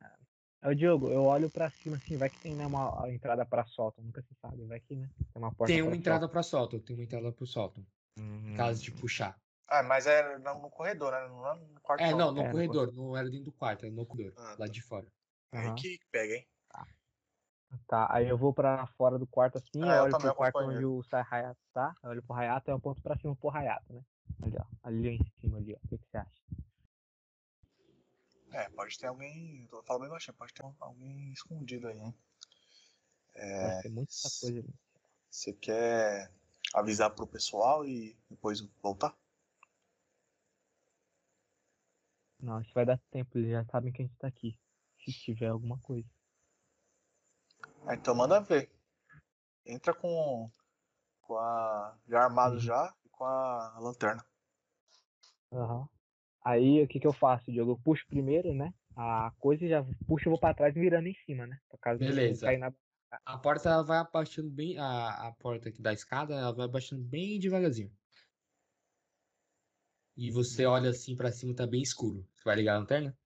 Ah, ô, Diogo, eu olho pra cima assim, vai que tem né, uma entrada pra sótão, nunca se sabe, vai que né, tem uma porta
Tem
pra Hum.
uma
sótão.
entrada pra sótão, tem uma entrada pro sótão.
Uhum.
Caso de puxar.
Ah, mas é no, no corredor, né? Não é no quarto.
É,
só.
não, no
É, no
corredor, não era dentro do quarto, era no corredor,
Ah,
lá
tá.
de fora.
Aí
Aham.
que pega, hein?
Tá, aí eu vou pra fora do quarto assim,
Ah,
eu
eu
olho
também
pro quarto
acompanho
onde
ele.
o Sa- Hayato tá, eu olho pro Hayato e eu aponto pra cima pro Hayato, né? Ali, ó, ali em cima, ali, ó, o que, que você acha?
É, pode ter alguém. Eu falo bem baixinho, pode ter alguém escondido aí, hein?
Vai ter muita
s-
coisa ali.
Você quer avisar pro pessoal e depois voltar?
Não, isso vai dar tempo, eles já sabem que a gente tá aqui, se tiver alguma coisa.
Ah, então manda ver. Entra com, com a. Já armado
Uhum.
já e com a lanterna.
Aham. Aí o que que eu faço, Diogo? Eu puxo primeiro, né? A coisa e já puxo e vou pra trás mirando em cima, né? Por caso
Beleza.
não cair nada.
A porta ela vai abaixando bem. A, a porta aqui da escada, ela vai abaixando bem devagarzinho. E você olha assim pra cima, tá bem escuro. Você vai ligar a lanterna?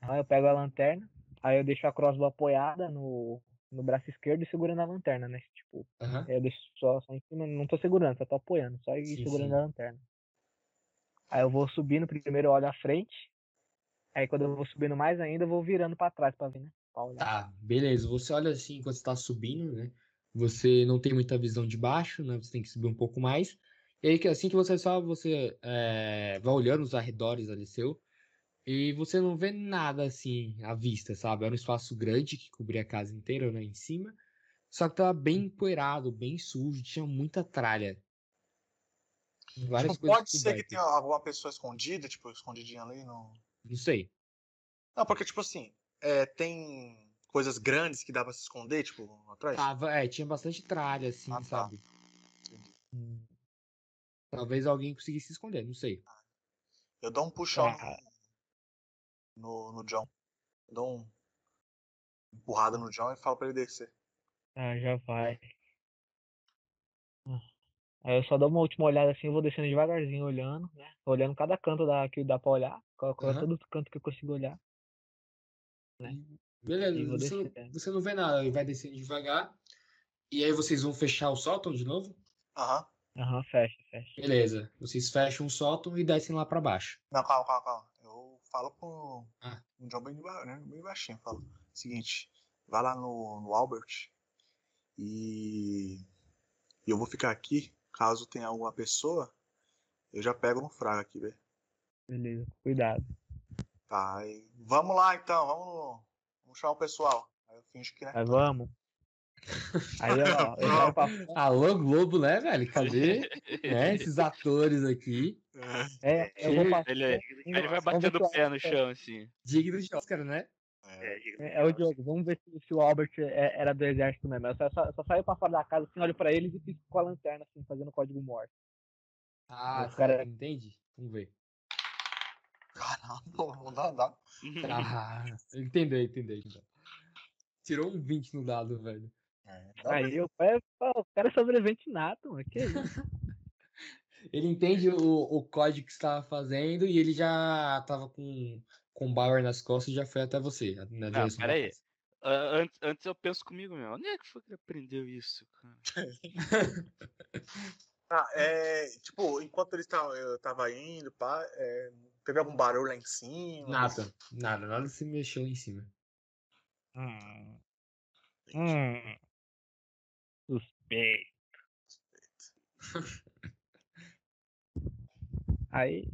Aí eu pego a lanterna, aí eu deixo a crossbow apoiada no, no braço esquerdo e segurando a lanterna, né? Tipo,
Aham.
aí eu deixo só, só em cima, não tô segurando, só tô apoiando, só e
Sim,
segurando
sim.
a lanterna. Aí eu vou subindo, primeiro eu olho à frente, aí quando eu vou subindo mais ainda, eu vou virando pra trás pra ver, né? Pra olhar.
Tá, beleza. Você olha assim enquanto você tá subindo, né? Você não tem muita visão de baixo, né? Você tem que subir um pouco mais. E aí, que- assim que você sobe, você é, vai olhando os arredores ali seu. E você não vê nada assim à vista, sabe? Era um espaço grande que cobria a casa inteira, né? Em cima. Só que tava
Hum.
bem empoeirado, bem sujo, tinha muita tralha. Várias
Tipo,
coisas
pode ser que
cobertas.
tenha alguma pessoa escondida, tipo, escondidinha ali no.
Não sei.
Não, porque, tipo assim, é, tem coisas grandes que dá pra se esconder, tipo, atrás.
Tava, é, tinha bastante tralha, assim,
Ah, tá.
sabe? Hum. Talvez alguém conseguisse se esconder, não sei.
Eu dou um puxão
É.
Ah.
no, no John. Eu dou um empurrada no John e falo pra ele descer.
Ah, já vai. Ah. Aí eu só dou uma última olhada assim, eu vou descendo devagarzinho, olhando, né? Olhando cada canto da, que dá pra olhar, co- co-
Aham.
todo canto que eu consigo olhar. E
Beleza,
vou
você, não-
descendo.
você não vê nada, ele vai descendo devagar. E aí vocês vão fechar o sótão de novo?
Aham.
Aham, fecha, fecha.
Beleza. Vocês fecham o sótão e descem lá pra baixo.
Não, calma, calma, calma. Eu falo com
Ah.
um John bem, ba- né, bem baixinho. eu Falo, seguinte, vai lá no, no Albert e, e eu vou ficar aqui. Caso tenha alguma pessoa, eu já pego no fraga aqui, velho.
Beleza, cuidado.
Tá, e vamos lá então, vamos, no- vamos chamar o pessoal. Aí eu finjo que, né?
Mas vamos. Aí, ó, eu olho pra fora.
Alô, Globo, né, velho? Cadê né, esses atores aqui?
É, eu vou um pra
Ele, ele vai
Vamos ver
batendo
se
o
eu
pé no
acho-
chão, assim.
Dignos de Oscar, né?
É,
É, diga-
É, é o Diogo, vamos ver se, se o Albert é- era do exército mesmo. Eu só, só, só saio pra fora da casa, assim, olho pra eles e fico com a lanterna, assim, fazendo código morte.
Ah,
Os cara-
sim, entende? Vamos ver.
caramba, não dá, não dá.
Ah, entendeu, entendeu, entendeu. Tirou um 20 no dado, velho.
É, dá
Aí eu, é, pô, o cara é sobrevivente nato, mano. Que isso?
Ele entende o, o código que você tava fazendo e ele já tava com, com o Bauer nas costas e já foi até você. Na direção da
peraí.
casa.
Ah, antes, antes eu penso comigo mesmo. Onde é que foi que ele aprendeu isso, cara?
Ah, é, tipo, enquanto eles tavam- eu tava indo, pá, é, teve algum barulho lá em cima?
Nada, nada, nada se mexeu em cima.
Hum. Hum. Suspeito. Aí,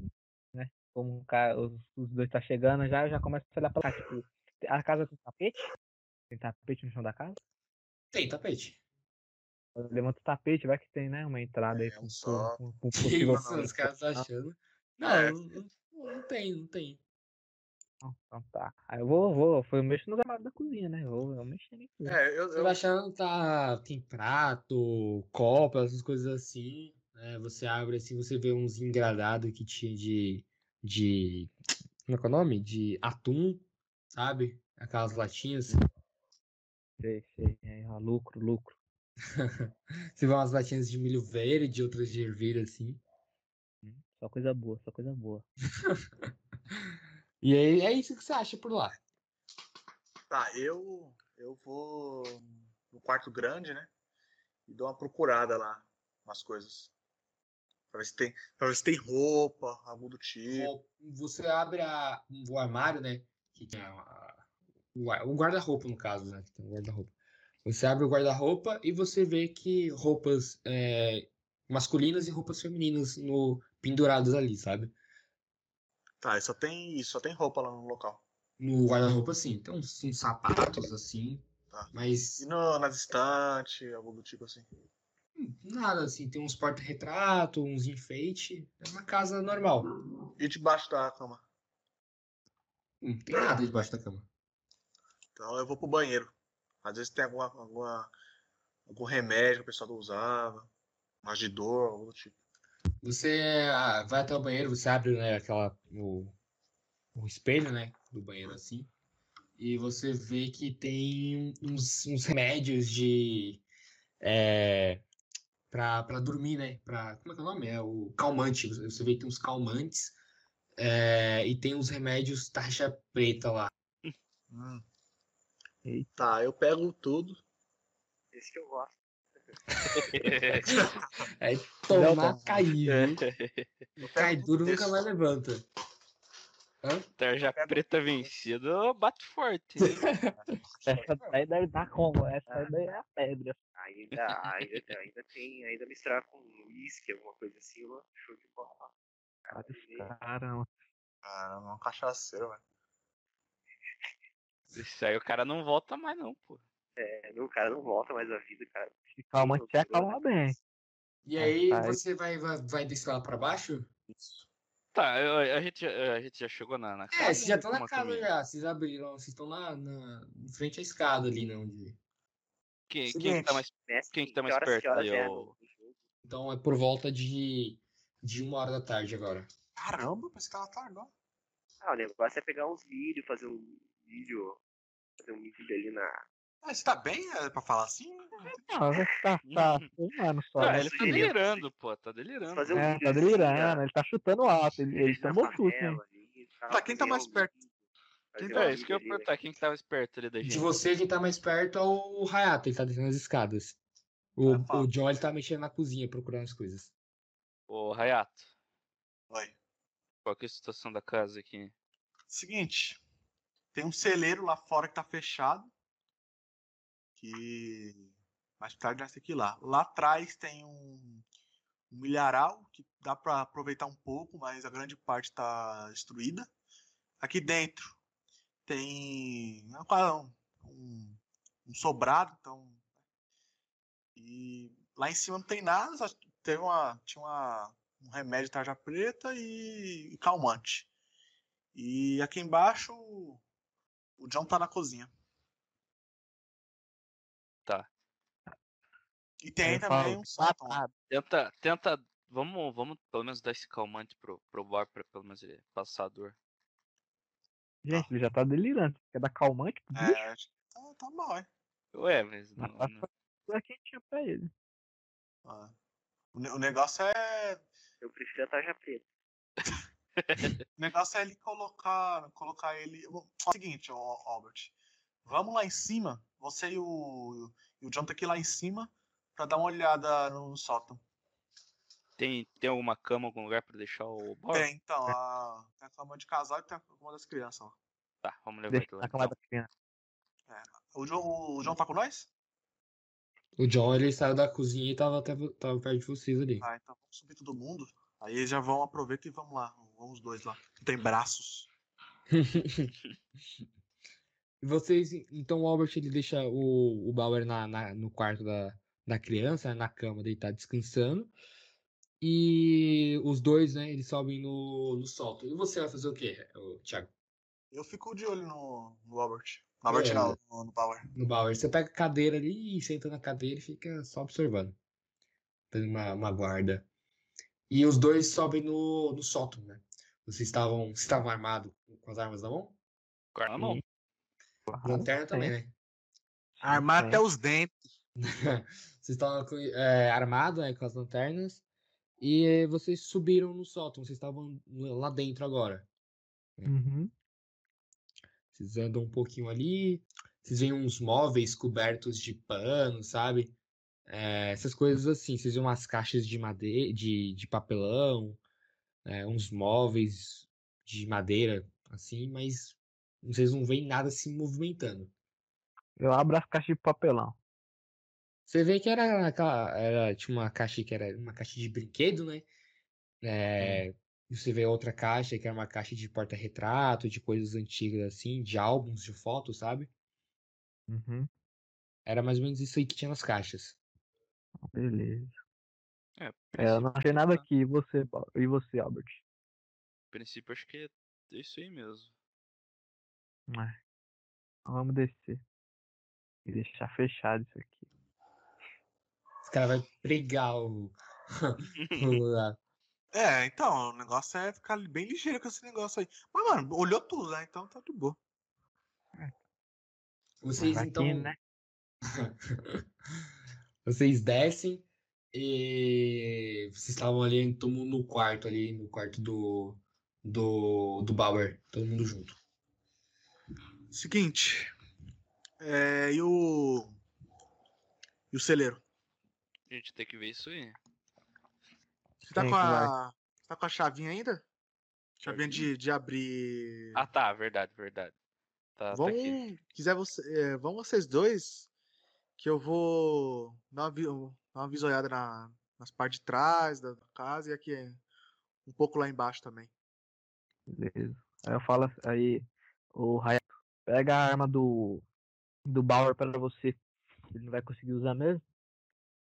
né? Como o cara- os, os dois tá chegando, já já começa a olhar pra cá. Tipo, a casa tem tapete? Tem tapete no chão da casa?
Tem tapete.
Eu levanto o tapete, vai que tem, né? Uma entrada aí
É,
com,
um só.
com, com, com
Que
possível
isso, os caras tá achando. Não,
É.
não, não tem, não tem.
Não, Então tá. Aí eu vou, vou. Foi eu mexo no armário da cozinha, né? Eu vou, eu mexer ali.
É, eu,
Você
eu,
vai achando tá tem prato, copo, essas coisas assim. né? Você abre assim, você vê uns engradados que tinha de, de. Como é que é o nome? De atum, sabe? Aquelas latinhas.
Sei, sei. Aí, ó, lucro, lucro.
Você vê umas latinhas de milho verde, outras de ervilha assim.
Só coisa boa, só coisa boa.
E aí é isso que você acha por lá.
Tá, eu eu vou no quarto grande, né? E dou uma procurada lá nas coisas. Pra ver se tem, pra ver se tem roupa, algum do tipo.
Bom, Você abre a- o armário, né? Que tem a- o a- o guarda-roupa, no caso, né? Que tem o guarda-roupa. Você abre o guarda-roupa e você vê que roupas é, masculinas e roupas femininas no, penduradas ali, sabe?
Tá, e só tem isso, só tem roupa lá no local.
No guarda-roupa, sim. Então, uns, uns sapatos, assim.
Tá.
Mas
E no, nas estantes, algo do tipo assim.
hum, nada, assim. Tem uns porta-retrato, uns enfeite. É uma casa normal.
E debaixo da cama.
Não tem nada debaixo da cama.
Então eu vou pro banheiro. Às vezes tem alguma, alguma, algum remédio que o pessoal usava. Mas de dor, algo do tipo.
Você ah, vai até o banheiro, você abre, né, aquela, o, o espelho, né, do banheiro assim, e você vê que tem uns, uns remédios de, é, pra, pra dormir, né, pra, como é que é o nome? É o calmante, você você vê que tem uns calmantes, é, e tem uns remédios tarja preta lá.
Hum. Tá, eu pego tudo.
Esse que eu gosto.
é, Tomar,
Delta.
cair,
É.
viu?
Então,
Eu pego
Cai
tudo
duro,
desse.
nunca mais levanta.
Tarja preta vencida, eu bato forte.
Essa daí deve dar como? Essa daí é a pedra.
Ainda, ainda, ainda tem, ainda misturar com uísque, alguma coisa assim, ó. Show de bola.
assim. Caramba.
Caramba, é um cachaceiro, velho.
Isso aí o cara não volta mais, não, pô.
É, não, o cara não volta mais a vida, cara.
Se calma, te acalma bem.
E
Ah,
aí
tá.
você vai, vai, vai descer lá pra baixo?
Tá, eu- a, gente, já- a gente já chegou na, na
É, vocês já
ou
estão na
uma
casa
caminha?
já, vocês abriram, vocês estão lá na, em frente à escada ali, né? Onde...
Quem, quem
Seguinte.
tá mais
Mestre,
Quem que tá
que
mais
horas-
perto
que horas
aí,
é
ô?
no- no jogo?
Então é por volta de, de uma hora da tarde agora.
Caramba, pensei que ela tá tardou.
Ah, o negócio é pegar uns vídeos, fazer um vídeo, fazer um vídeo ali na.
Ah, você tá bem é, pra falar assim?
Não, tá, tá um ano só.
Ah,
né?
ele tá
sugeriu.
delirando, pô, tá delirando.
Fazer um
É,
vídeo
tá
assim,
delirando,
né? tá
ele tá chutando alto, ele, ele
Vídeo na
tomou chute, hein?
favela ali e tal,
Tá, quem tá
fazer
mais
um
perto?
vídeo,
Quem
fazer
tá-
um
É, isso que eu ia
vídeo ali, né?
perguntar, quem que tava esperto ali da gente?
De você, quem tá mais perto é o Hayato, ele tá descendo as escadas. O,
Ah, fala.
o John, ele tá mexendo na cozinha, procurando as coisas.
Ô, Rayato,
Oi.
qual que é a situação da casa aqui?
Seguinte, tem um celeiro lá fora que tá fechado. Que mais tarde vai ter que ir lá. Lá atrás tem um, um milharal que dá pra aproveitar um pouco, mas a grande parte tá destruída. Aqui dentro tem não, quase um, um, um sobrado, então. E lá em cima não tem nada, só teve uma, tinha uma, um remédio tarja preta e- e calmante. E aqui embaixo o John tá na cozinha.
Tá.
E tem
Ele
também
fala,
um sótão.
"Ah,
Tenta, tenta, vamos, vamos pelo menos dar esse calmante pro, pro bar pra pelo menos ele passar a dor.
Gente, ele já tá delirando. Quer dar calmante? pro bicho?
É, acho que tá, tá bom, hein?
Ué, mas não,
Mas tá
não-
Isso aqui tinha pra ele.
Ah. O, ne- o negócio é.
Eu prefiro a tarja preta.
O negócio é ele colocar. Colocar ele. Bom, é o seguinte, ô, ô, Albert. Vamos lá em cima. Você e o. E o John tá aqui lá em cima pra dar uma olhada no sótão.
tem, tem alguma cama, algum lugar pra deixar o bar?
Tem, então, a, tem a cama de casal e tem a cama das crianças lá.
Tá, vamos levar
Deixa
ele lá.
na cama
então.
da criança.
O John, o John tá com nós?
O John, ele saiu da cozinha e tava, até, vo- tava perto de vocês ali.
Ah, então vamos subir todo mundo. Aí eles já vão, aproveita e vamos lá. Vamos os dois lá. Não tem braços.
E vocês, então o Albert, ele deixa o, o Bauer na, na- no quarto da, da criança, né, na cama, deitado, descansando. E os dois, né, eles sobem no, no solto. E você vai fazer o quê, ô, Thiago?
Eu fico de olho no, no Albert. No Albert
É.
não, no, no Bauer.
no Bauer. Você pega a cadeira ali e senta na cadeira e fica só observando. Fazendo uma, uma guarda. E os dois sobem no, no sótão, né? Vocês estavam, vocês estavam armados com as armas na mão?
Com a arma na mão.
Lanterna também, né?
Armar
É.
até os dentes.
Vocês estavam com- é, armados né, com as lanternas. E eh, vocês subiram no sótão. Vocês estavam lá dentro agora.
Uhum.
Vocês andam um pouquinho ali, vocês veem uns móveis cobertos de pano, sabe? É, essas coisas assim, vocês veem umas caixas de madeira, de, de papelão, é, uns móveis de madeira, assim, mas vocês não veem nada se movimentando.
Eu abro as caixas de papelão.
Você vê que era aquela. Era, tinha uma caixa que era uma caixa de brinquedo, né? É, e Você vê outra caixa que era uma caixa de porta-retrato, de coisas antigas assim, de álbuns de fotos, sabe?
Uhum.
Era mais ou menos isso aí que tinha nas caixas.
Beleza.
É,
É, eu não achei nada
princípio,
aqui. E você, Ba- e você Albert?
princípio, acho que é isso aí mesmo.
É. Então Vamos descer. E deixar fechado isso aqui.
Os caras vão pregar o. o- a-
É, então, o negócio é ficar bem ligeiro com esse negócio aí. Mas, mano, olhou tudo, né? Então tá de boa.
Vocês
Aqui,
então.
né?
Vocês descem e vocês estavam ali todo mundo no quarto ali, no quarto do do do Bauer, todo mundo junto.
Seguinte. É, e o. E o celeiro?
A gente tem que ver isso aí.
Você tá
Quem
com
é que
a. Você tá com a chavinha ainda? Chavinha de, de
É.
abrir.
Ah, tá, verdade, verdade. Tá, tá aqui.
Vão, quiser você, é, vão vocês dois, que eu vou dar uma, vi- um, dar uma visoiada na, nas partes de trás da casa e aqui é, um pouco lá embaixo também.
Beleza. Aí eu falo, ass- aí o Hayato, pega a arma do do Bauer pra você. Ele não vai conseguir usar mesmo?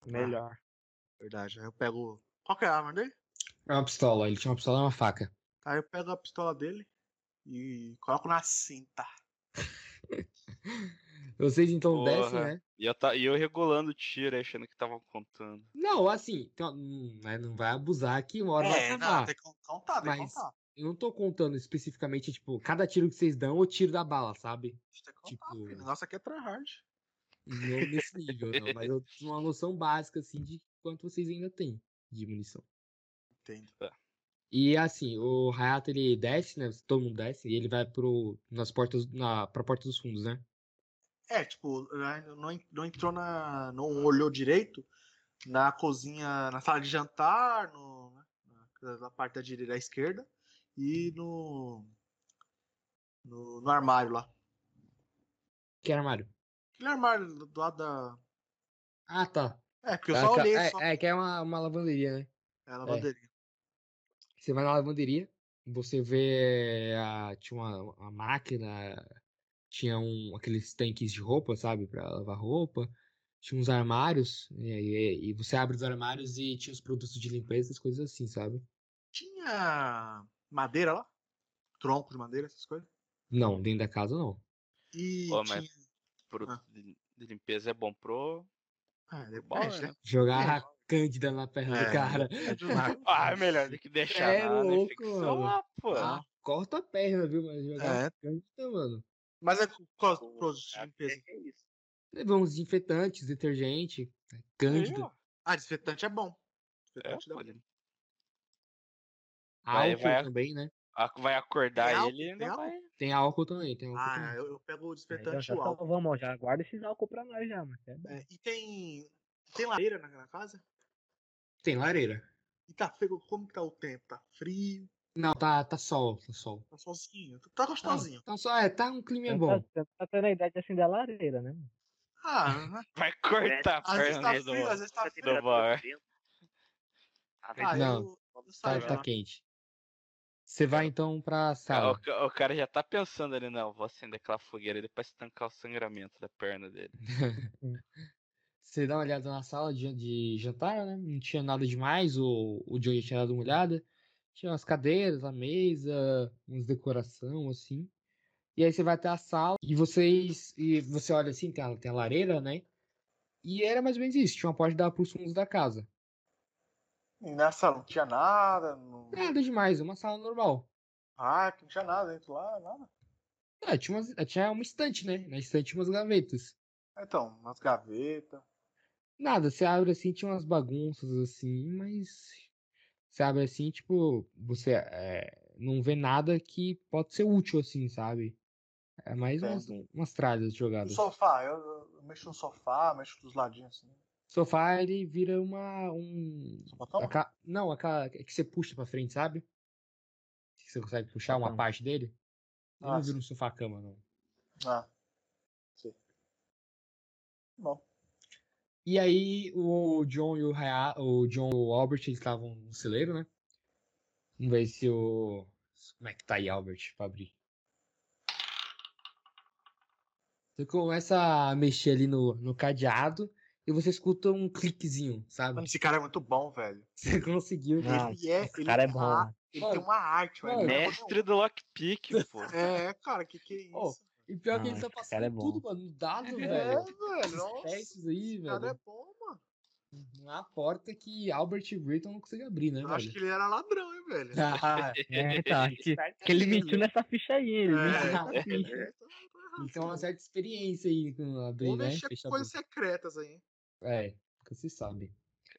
Ah,
Melhor.
Verdade. Aí eu pego. Qual que é a arma dele?
É uma pistola, ele tinha uma pistola e uma faca.
Aí eu pego a pistola dele e coloco na cinta.
Vocês então descem,
Porra.
né?
E eu, tá, e eu regulando o tiro, achando que estavam contando.
Não, assim, tem uma- hum, né, não vai abusar aqui, uma hora vai acabar.
É, tem então tá, que contar, Ah, tem que
Mas-
contar.
Eu não tô contando especificamente, tipo, cada tiro que vocês dão, o tiro da bala, sabe?
A gente tem que contar,
tipo-
filho. O negócio aqui é tryhard.
Não nesse nível, não, mas eu tenho uma noção básica, assim, de quanto vocês ainda têm de munição.
Entendo.
E assim, o Hayato ele desce, né? Todo mundo desce, e ele vai pro, nas portas, na, pra porta dos fundos, né?
É, tipo, né, não, en- não entrou na. não olhou direito na cozinha, na sala de jantar, no, né, na, na parte da direita da esquerda e no, no. no armário lá.
Que armário?
Aquele armário do, do lado da.
Ah, tá.
É, porque eu
Ah,
só
que-
olhei
é,
só.
é que é uma, uma lavanderia, né?
É, a lavanderia.
Você vai na lavanderia, você vê eh, a, tinha uma, uma máquina, tinha um, aqueles tanques de roupa, sabe? Pra lavar roupa. Tinha uns armários, e, e, e você abre os armários e tinha os produtos de limpeza, essas coisas assim, sabe?
Tinha madeira lá? Tronco de madeira, essas coisas.
Não, dentro da casa não.
É.
E
Pô,
tinha.
mas- Produto
Ah.
de de limpeza é bom pro.
Ah,
É,
Bora,
depende,
né?
né?
Jogar a Cândida na perna do
É.
cara.
É de um lado.
Ah, é melhor do que deixar
É
na, na
louco,
infecção
mano.
lá, pô.
Ah, corta a perna, viu? Mas um jogar
É.
Cândida, mano.
Mas é qual produto de limpeza?
É isso.
Levar uns desinfetantes, detergente, né,
Aí,
cândida,
ó.
Ah, desinfetante é então, bom.
É,
Desinfetante dá-
pô, ele- vai-
álcool
vai-
também, né?
Ah,
a- vai acordar
Tem álcool,
ele e
tem
ainda
álcool?
vai.
Tem álcool também, tem álcool
Ah,
é.
também.
eu, eu pego
Aí,
o
então,
despertante
já
tá
e o álcool.
Vamos, já guarda esses álcool pra nós já, mano. que é bom.
É, e tem. Tem lareira na, na casa?
Tem lareira.
E tá frio, como que tá o tempo? Tá frio?
Não, tá, tá sol, tá sol.
Tá sozinho? Tá
Tá,
gostosinho.
tá sol, é, tá um clima
Então
bom.
Tá, tá, tá tendo a idade assim da lareira, né? mano?
Ah, né?
Vai cortar a
Às vezes tá
perna do
frio, às vezes tá
Essa
Então
frio.
temperatura de vento. Ah,
Ah,
mas-
Não,
eu, eu
Tá,
saio
tá
lá.
quente. Você vai então pra
É,
Ah, O,
sala.
ca- o cara já tá pensando ali, não, vou acender aquela fogueira ali pra estancar o sangramento da perna dele.
Você dá uma olhada na sala de, de jantar, né? Não tinha nada demais, o, o Joey tinha dado uma olhada. Tinha umas cadeiras, a mesa, uns decoração, assim. E aí você vai até a sala e vocês. E você olha assim, tem a, tem a lareira, né? E era mais ou menos isso, tinha uma porta que dava pros fundos da casa.
E nessa não tinha nada, no
Nada demais, uma sala normal.
parque, não tinha nada dentro lá, nada.
Ah, tinha, umas, tinha uma estante, né? Na estante tinha umas gavetas.
Então, umas gavetas.
Nada, você abre assim, tinha umas bagunças assim, mas você abre assim, eh, tipo, você é, não vê nada que pode ser útil assim, sabe? É mais umas, umas tralhas de
O
jogada.
sofá, eu, eu mexo no sofá, mexo dos ladinhos assim.
Sofá, ele vira uma. Um,
tá
Sapatão?
a ca- Não, aquela que você puxa pra frente, sabe? Que você consegue puxar uma
Sofá.
parte dele. Ele
Ah,
não vira
sim.
um sofá-cama, não.
Ah. Sim. Bom.
E aí o John e o, Haya, o John e o Albert eles estavam no celeiro, né? Vamos ver se o. Como é que tá aí, Albert, pra abrir. Você começa a mexer ali no, no cadeado e você escuta um cliquezinho,
Mano,
sabe?
esse cara é muito bom, velho.
Você conseguiu.
Ah,
ele é,
esse
ele
cara é
tem
bom.
uma- Ele
Mano,
tem uma arte, velho.
mano.
Ele é
Mestre do lockpick, pô.
bom. É, cara, que que é isso?
Oh, E pior que ele tá
Ah, esse cara
passando
é bom.
tudo, mano, no dado,
é,
velho.
velho.
Esses
Nossa,
testes aí,
esse cara é
velho.
bom, mano.
Uma porta que Albert Britton não consegue abrir, né,
Eu acho
velho?
que ele era ladrão, hein, velho.
Ah,
É, tá. Que, que ele
né?
mentiu nessa ficha aí, ele
É.
mentiu nessa ficha.
Ele tá- tá
ele
errado,
tem Então, é uma
velho.
certa experiência aí com abrir,
Ou
né?
mexer
Fechar
com coisas secretas aí. hein?
a boca. É, nunca se sabe.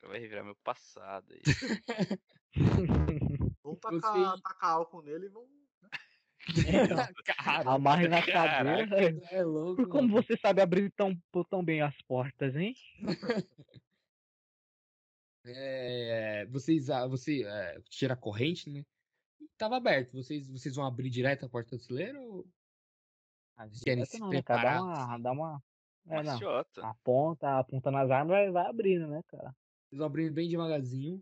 Vai virar meu passado aí.
Vamos
Você-
tacar, tacar álcool nele e vamos.
É,
Cara,
Amarre na cadeira. velho.
é louco.
Por como
mano.
você sabe abrir tão, tão bem as portas, hein?
É, vocês, ah, você é, tira a corrente, né? E Tava aberto. Vocês, vocês vão abrir direto a porta do celeiro ou
Ah,
Vocês querem
direto
se
não, né, cara? Dá
preparar?
uma. Dá uma... É, não.
Maciota.
Aponta, aponta nas armas vai, vai abrindo, né, cara?
vocês vão abrindo bem devagarzinho?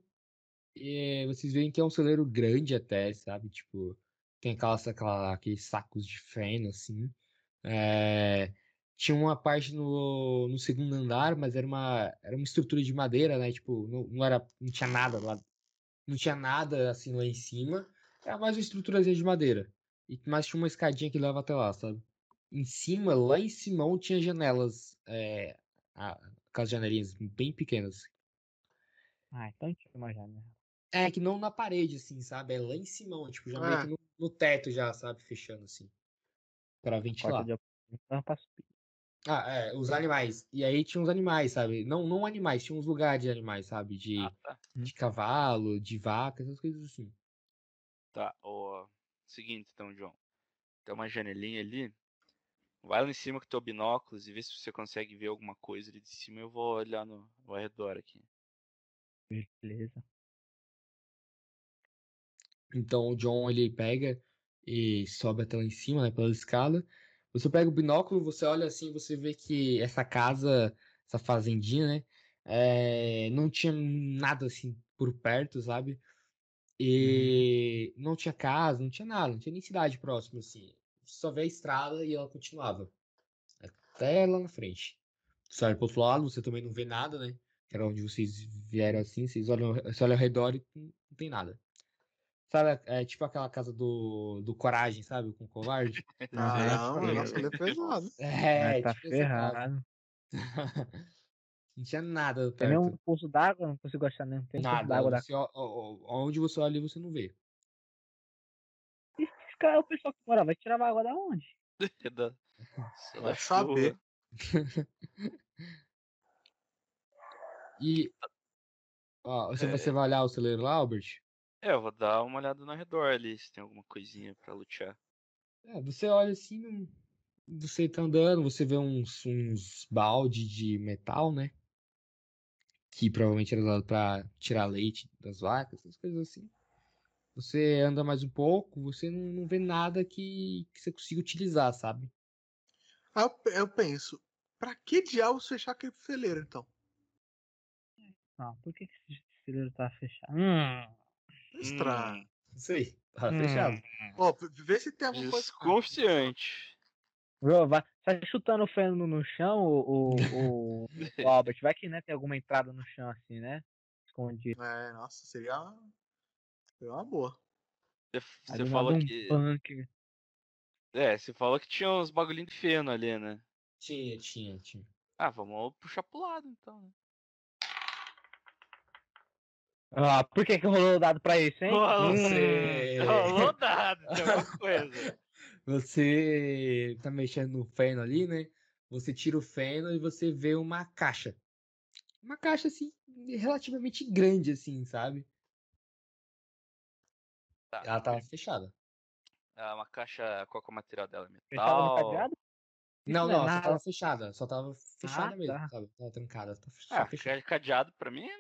E vocês veem que é um celeiro grande até, sabe? Tipo, tem aquelas, aquela, aqueles sacos de feno, assim. É, tinha uma parte no, no segundo andar, mas era uma, era uma estrutura de madeira, né? Tipo, não, não era, não tinha nada lá. Não tinha nada assim lá em cima. Era mais uma estruturazinha de madeira. E mais tinha uma escadinha que leva até lá, sabe? Em cima, lá em Simão, tinha janelas. É, a- aquelas janelinhas bem pequenas.
Ah, então tinha uma janela.
É, que não na parede, assim, sabe? É lá em cima, tipo, já meio
É.
que no, no teto já, sabe? Fechando, assim. Pra
Porta
ventilar.
de então oportunidade pra subir.
Ah, é, os animais. E aí tinha uns animais, sabe? Não, não animais, tinha uns lugares de animais, sabe? De,
uhum.
Ah, tá.
de cavalo, de vaca, essas coisas assim.
Tá, ó. Seguinte, então, John. Tem uma janelinha ali. Vai lá em cima com teu binóculos e vê se você consegue ver alguma coisa ali de cima. Eu vou olhar no, ao redor aqui.
Beleza.
Então o John, ele pega e sobe até lá em cima, né? Pela escala. Você pega o binóculo, você olha assim, você vê que essa casa, essa fazendinha, né? é, não tinha nada assim por perto, sabe? E não tinha casa, não tinha nada, não tinha nem cidade próxima, assim. Só vê a estrada e ela continuava. Até lá na frente. Você olha pro outro lado, você também não vê nada, né? Que era onde vocês vieram assim, vocês olham, você olha ao redor e não não tem nada. Sabe, é tipo aquela casa do, do Coragem, sabe? Com o covarde.
É,
Caramba,
Aham,
nossa, ele é pesado.
É,
Mas tá
tipo essa casa.
ferrado.
Não tinha nada
Tem nem um
perto.
poço d'água, não consigo achar nem um poço
Tá Nada. né?
d'água da
Você, ó, ó- ó- onde você olha, você não vê.
Esse cara é o pessoal que mora, vai tirar água da onde?
É da- só da
Vai saber.
chuva.
E. Ó,
É,
você, você vai olhar o celeiro lá, Albert?
É, eu vou dar uma olhada no redor ali, se tem alguma coisinha pra lutear.
É, você olha assim, não- você tá andando, você vê uns, uns balde de metal, né? Que provavelmente era usado pra tirar leite das vacas, essas coisas assim. Você anda mais um pouco, você não, não vê nada que, que você consiga utilizar, sabe?
Aí eu, pe- eu penso, pra que diabos fechar aquele celeiro, então?
Não, Ah, por que que esse celeiro tá fechado? Hum,
é Estranho.
Não sei. Tá
hum.
fechado.
Ó, v- vê se tem alguma coisa.
Desconfiante.
Bro, vai, vai chutando o feno no- no chão, o, o, o- o Albert. Vai que né, tem alguma entrada no chão assim, né? Escondido.
É, nossa, seria uma, seria uma boa.
Você,
Aí
você
do
falou
nada um
que.
bunker.
É, você falou que tinha uns bagulhinhos de feno ali, né?
Tinha, tinha, tinha.
Ah, vamos puxar pro lado então, né?
Ah, por que que rolou o dado pra isso, hein?
Rolou,
Hum,
Você,
Rolou dado, tem alguma coisa.
você tá mexendo no feno ali, né? Você tira o feno e você vê uma caixa. Uma caixa, assim, relativamente grande, assim, sabe?
Tá,
Ela tava fechada.
É uma caixa, qual que é o material dela?
Fechado no
Metal?
cadeado?
Não,
Não é
não, só
nada.
tava fechada. Só tava fechada
Ah,
mesmo,
tá.
sabe? Tava trancada. Tá fechada.
Ah, ca- cadeado pra mim.
né,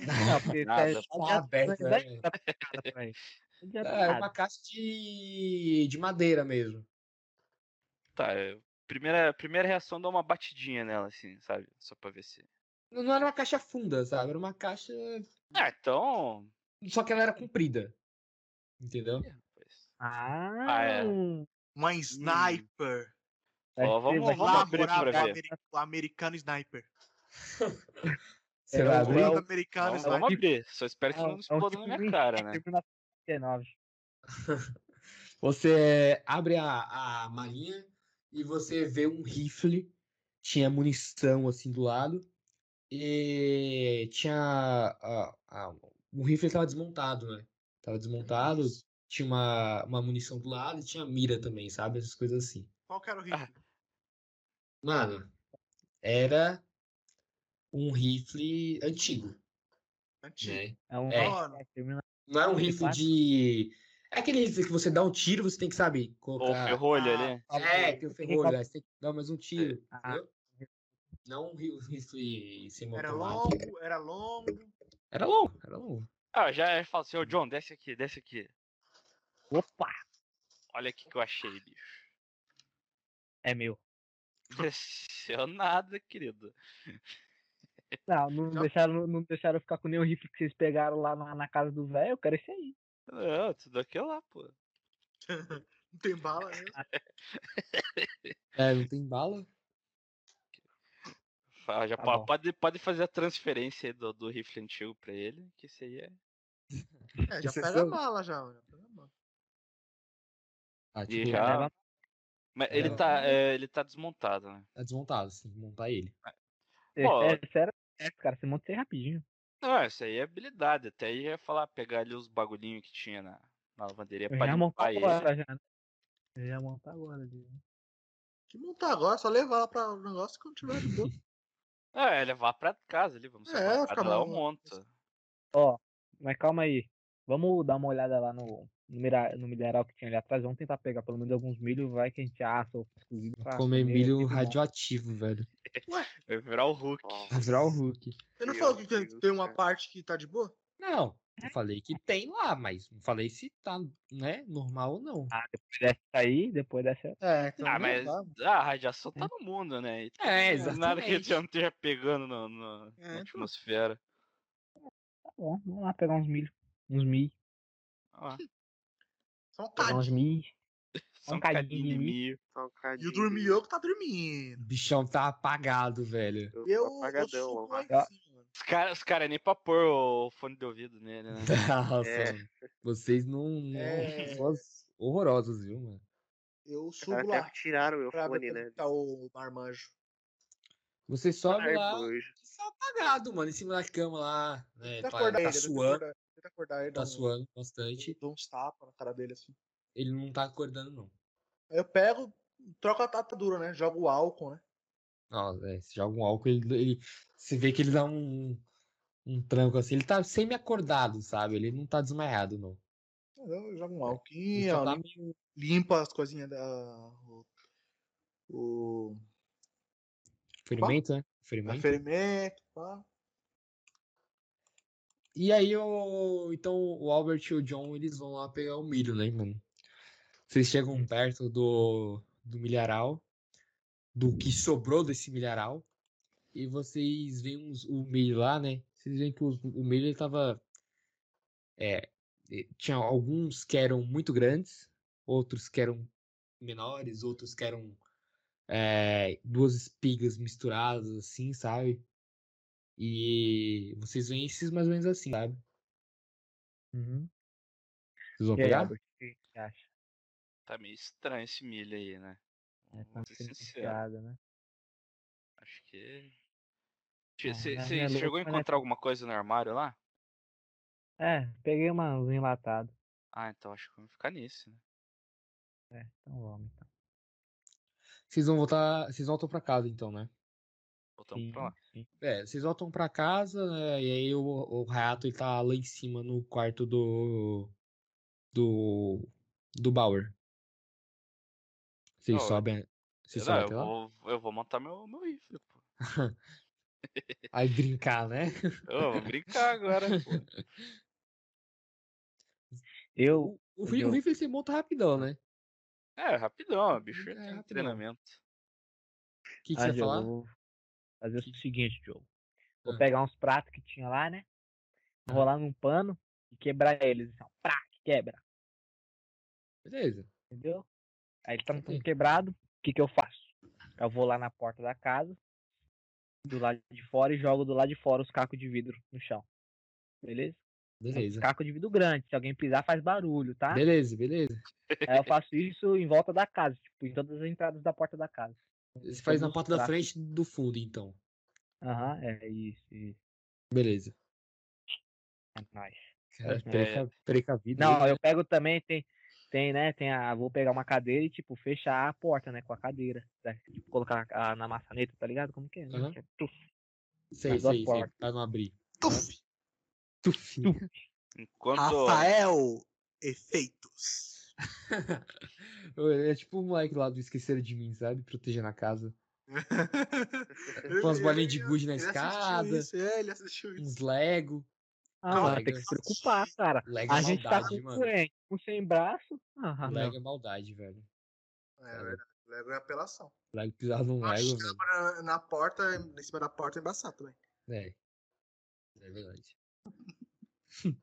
não-
Não, porque
Nada.
tá- tá
aberto, né?
Tá fechado pra ele. Não adianta
É
nada.
uma caixa de, de madeira mesmo.
Tá, eu- primeira, primeira reação dá uma batidinha nela, assim, sabe? Só pra ver se.
Não não era uma caixa funda, sabe? Era uma caixa.
Ah, então.
Só que ela era comprida. Entendeu?
Pois.
Ah,
é.
Uma sniper.
vai
Ó, vamos-
ser- vai
vamos
ser-
abrir pra
Laborável
ver.
ameri- americano sniper.
Você vai abrir?
Eu vou- eu-
Laborável americano
Vamos,
sniper.
vamos abrir. Só espero que
é um-
não
é um
exploda na
tipo
minha
de
cara, né?
1939.
Você abre a, a malinha e você vê um rifle. Tinha munição assim do lado. E tinha. a- a- o rifle estava desmontado, né? Tava desmontado. Tinha uma, uma munição do lado e tinha mira também, sabe? Essas coisas assim.
Qual que era o rifle?
Mano, era um rifle antigo,
Antigo.
né?
É um
É.
Mano,
é, 1939.
Não era um
Ele
rifle
passa?
de. É aquele rifle que você dá um tiro, você tem que, sabe,
Ou
colocar.
ferrolho
Ah,
ali.
É, tem o ferrolho,
Ele-
aí você tem que dar mais um tiro.
Ah.
entendeu? Não um ri- rifle
era
semi-automático.
longo, era longo.
Era longo, era longo.
Ah, já falo assim, ô John, desce aqui, desce aqui.
Opa,
Olha o que que eu achei, bicho.
é meu.
Impressionado, querido.
Não, não
Já-
deixaram, não- não deixaram eu ficar com nenhum rifle que vocês pegaram lá na, na casa do velho. Eu quero esse aí.
Não, tudo aquilo lá, pô.
Não tem bala, né?
É, não tem bala?
Fala, já
Tá
po-
bom.
pode, pode fazer a transferência aí do, do rifle antigo pra ele, que isso aí é.
É, já
Você
pega a
sabe?
bala já, já pega a bala.
Ah,
E
tipo,
já-
Leva-
Mas ele
Não.
tá, é, ele tá desmontado, né?
é desmontado, assim, montar ele.
Pô.
É, é, sério, é, cara, você monta isso aí rapidinho.
Não, isso aí é habilidade. Até aí ia falar, pegar ali os bagulhinhos que tinha na, na
É
lavanderia
Eu
pra
já montar
limpar ele.
agora, já. né? Eu já montar agora. de-
Que montar agora, só levar lá pra o negócio quando tiver de boa.
Ah, é levar pra casa ali, vamos
É,
separar.
fica
lá eu
bom.
monto.
Ó, mas calma aí. Vamos dar uma olhada lá no, no, mira- no mineral que tinha ali atrás. Vamos tentar pegar pelo menos alguns milho, vai que a gente assa ou faz cozido pra
Comer milho
fica bom.
radioativo, velho.
Vai virar o Hulk.
Vai virar o Hulk.
Você não
Meu
falou que tem,
Deus,
tem uma
cara.
parte que tá de boa?
Não, eu falei que tem lá, mas não falei se tá, né, normal ou não.
Ah, depois dessa aí, depois dessa.
É, então
Ah,
não
mas
dá.
ah, a radiação tá no mundo, né? E também
É,
não Nada que a gente
exatamente.
não esteja pegando no, no-
É,
na
então.
atmosfera.
Tá bom, vamos lá pegar uns milho. Uns mi.
Ah,
Só um
Pegar uns
cadinho.
mi.
só um
um cadinho
cadinho
de
de
milho.
milho.
Só um
E
cadinho
o
de-
dorminhoco tá dormindo.
O bichão tá apagado, velho.
Eu,
Eu,
eu apagadão,
eu subo
mano.
lá em cima.
Os caras os cara nem pra pôr o fone de ouvido nele, né?
Nossa,
É.
mano. vocês não. não
É.
pessoas horrorosas, viu, mano?
Eu
Cara,
subo
até
lá
tiraram o meu
pra
fone,
ver como
né?
tá o marmanjo.
Você sobe
Ai,
lá
bojo.
e tá apagado, mano, em cima da cama lá. né,
Tenta
tá,
acordar
tá
ele, tenta
suando,
acordar- tenta acordar ele, dá
tá
um-
suando bastante.
dou uns tapas na cara dele assim.
Ele não tá acordando, não.
Aí eu pego, troco a tata dura, né? Jogo o álcool, né?
Nossa, é, se joga um álcool, ele, ele. Você vê que ele dá um. Um tranco assim. Ele tá semi-acordado, sabe? Ele não tá desmaiado, não.
Eu jogo um
Ele
álcoolzinho,
só tá
limpo,
meio.
as coisinhas da. O, o
Ferimento, né?
a
Ferimento.
ferimento, pá.
E aí, o... então, o Albert e o John, eles vão lá pegar o milho, né, mano? Vocês chegam perto do, do milharal, do que sobrou desse milharal, e vocês veem uns- o milho lá, né? Vocês veem que os- o milho, ele tava... É, e- tinha alguns que eram muito grandes, outros que eram menores, outros que eram é, duas espigas misturadas, assim, sabe? E vocês veem esses mais ou menos assim, sabe?
Uhum. É,
Vocês vão
E aí,
pegar?
Albert, o que você acha?
Tá meio estranho esse milho aí, né?
É, tá
Vou ser
sendo
sincero.
enfiado, né?
Acho que.
Ah,
Você
não é- não é
chegou
louco, né?
a encontrar alguma coisa no armário lá?
É, peguei uma, uns enlatados.
Ah, então acho que vamos ficar nisso, né?
É, então vamos. Então.
Vocês vão voltar. Vocês voltam pra casa, então, né? Então,
Voltamos pra
Sim,
lá.
sim.
É, vocês voltam pra casa, né? E aí o, o Hayato ele tá lá em cima no quarto do. Do. Do Bauer. Vocês
Não,
sobem. Vocês
Não,
sobem
eu,
até lá?
vou, eu vou montar meu, meu rifle, pô.
Aí brincar, né?
Eu vou brincar agora, pô.
Eu,
O, o, ri- o
Eu-
rifle você monta rapidão, né?
É, rapidão, bicho.
É,
tem
rapidão.
treinamento.
O que, que
Ah,
você vai
Diogo,
falar?
eu vou fazer o seguinte, Diogo. Vou
Ah.
pegar uns pratos que tinha lá, né?
Ah.
Enrolar num pano e quebrar eles. Assim, ó, prá, quebra,
Beleza.
entendeu? Aí eles estão
Entendi.
tudo quebrado. O que, que eu faço? Eu vou lá na porta da casa, do lado de fora, e jogo do lado de fora os cacos de vidro no chão. Beleza? Os
Beleza.
cacos de vidro grande. Se alguém pisar, faz barulho, tá?
Beleza, beleza.
Aí eu faço isso em volta da casa, tipo, em todas as entradas da porta da casa.
Você faz na
Todos os
porta da
pratos.
frente do fundo, então.
Aham, é isso, isso.
Beleza.
É nóis.
Cara,
É.
preca, precavido.
Não, eu pego também, tem, tem, né? Tem a. Vou pegar uma cadeira e, tipo, fechar a porta, né? Com a cadeira. tá? Tipo, colocar a- na maçaneta, tá ligado? Como que é? né?
Aham.
Que é tuf,
Sei,
nas duas
sei, sei.
portas.
Pra não abrir.
Tuf!
Tuf.
Enquanto.
Rafael Efeitos.
é tipo o moleque lá do Esqueceram de Mim, sabe? Protegendo a casa. Com umas
Ele-
bolinhas de
ele-
gude na
ele
escada.
Assistiu isso, é, ele assistiu isso.
Uns Lego. é
Ah, mano,
Lega.
tem que se preocupar, cara.
Lego
A
é
gente tá
maldade,
com
mano.
doente, com sem braço. Ah, não.
Lego é maldade, velho.
É verdade. Lego é apelação.
Lego pisar num
Uma
Lego, velho.
chama na, na porta, em cima da porta é embaçado também.
É. É verdade.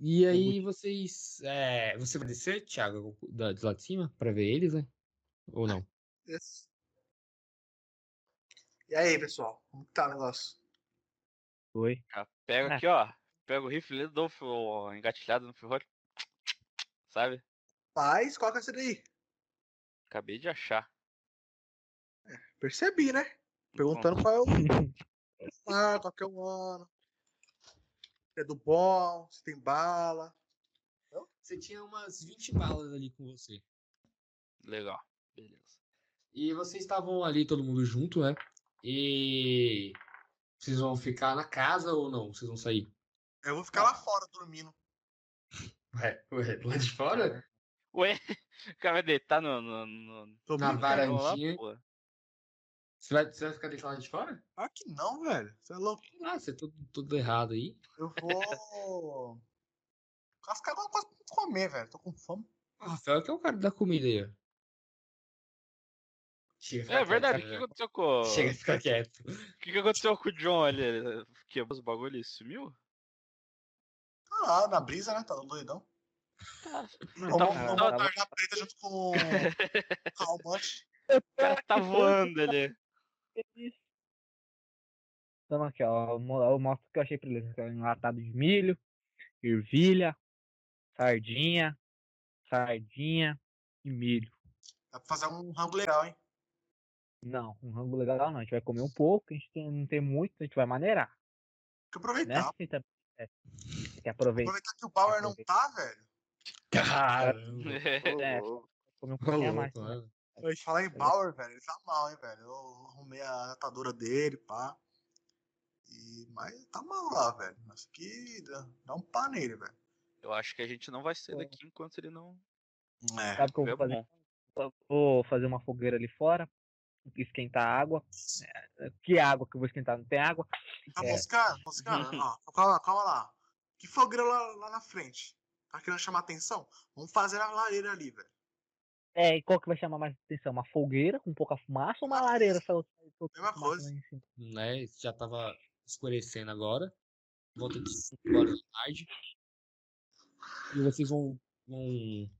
E aí vocês. é, você vai descer, Thiago, da, de lá de cima? Pra ver eles, né? Ou não?
Isso. E aí, pessoal? Como que tá o negócio?
Foi.
Ah, Pega aqui, ó. Pega o rifle, dou o fio- engatilhado no ferrolho. Sabe?
Paz, qual que é essa daí?
Acabei de achar.
Percebi, né? Perguntando qual é o. Ah, qual que é o ano? Se é do bom, se tem bala.
Você tinha umas 20 balas ali com você.
Legal. Beleza.
E vocês estavam ali todo mundo junto, né? E. Vocês vão ficar na casa ou não? Vocês vão sair?
Eu vou ficar lá fora dormindo.
Ué, É, ué, lá de
É.
fora?
Ué, o cara vai deitar no. no, no- no
Tô
Na
brincando.
vara.
canhão lá,
Varandinha.
pô. É
Você vai, você vai ficar deixando lá de fora?
Claro que não, velho. Você é louco.
Sei lá, você é todo, todo errado aí.
Eu vou. Vou ficar alguma coisa pra comer, velho. Tô com fome.
O Rafael que é o cara da comida aí, ó. Chega,
É verdade, o que
Chega,
aconteceu com. o-
né? Chega, fica quieto.
O que que aconteceu com o John ali? Ele Quebrou os bagulhos e sumiu?
Tá lá na brisa, né? Tá doidão. Vamos
tá-
vamos
tá-
largar a preta junto com. Calmante.
O cara tá voando ali.
Toma Então, aqui, ó. Eu mo- eu mostro o que eu achei pra eles. Aqui, ó, Enlatado de milho, ervilha, sardinha, sardinha e milho.
Dá pra fazer um rango legal, hein?
Não, um rango legal não. A gente vai comer um pouco, a gente tem- não tem muito, a gente vai maneirar.
Tem que
Tá.
né?
aproveitar.
Tem tam- é, tem que aproveitar,
Aproveitar que o Bauer não tá, velho.
Caramba.
É.
Ô, louco.
comer um
Ô,
pouquinho a mais.
Tá louco,
né?
né?
também.
mano.
Falar em
Mas é-
Bauer, velho, ele tá mal, hein, velho. Eu arrumei a atadura dele, pá. E, mas tá mal lá, velho. Acho que dá, dá um pá nele, velho.
Eu acho que a gente não vai sair
Pô.
daqui enquanto ele não.
É.
Sabe o que eu
É
vou fazer? Eu Vou fazer uma fogueira ali fora, esquentar a água. É, Que água que eu vou esquentar? Não tem água?
Tá
É.
moscando, moscando. Ó, calma lá, calma lá. Que fogueira lá, lá na frente? Tá querendo chamar atenção? Vamos fazer a lareira ali, velho.
É, e qual que vai chamar mais atenção? Uma fogueira com pouca fumaça ou uma lareira? Essa outra, essa outra
Mesma
fumaça
coisa.
lá em cima?
Né? Já tava escurecendo agora. Volta de 5 horas da tarde. E vocês vão, vão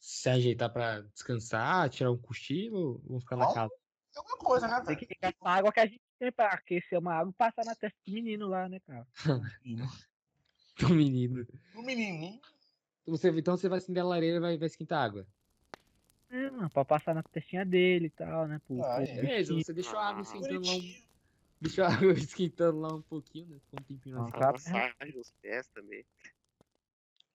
se ajeitar pra descansar, tirar um cochilo, vão ficar na
Não.
casa.
É alguma coisa, né,
Tem
velho?
que gastar água que a gente tem pra aquecer uma água e passar na testa do menino lá, né, cara?
Do menino.
O menininho.
Você, então você vai acender a lareira e vai, vai esquentar água.
É, mano, pra passar na testinha dele e tal, né? Pro,
Ah,
pro
é.
Beleza,
bichinho.
você deixou a água
Ah.
esquentando lá um.
Bonitinho.
Deixou a água esquentando lá um pouquinho, né? Ficou um tempinho na
Ah,
Uma
tá.
massagem nos pés também.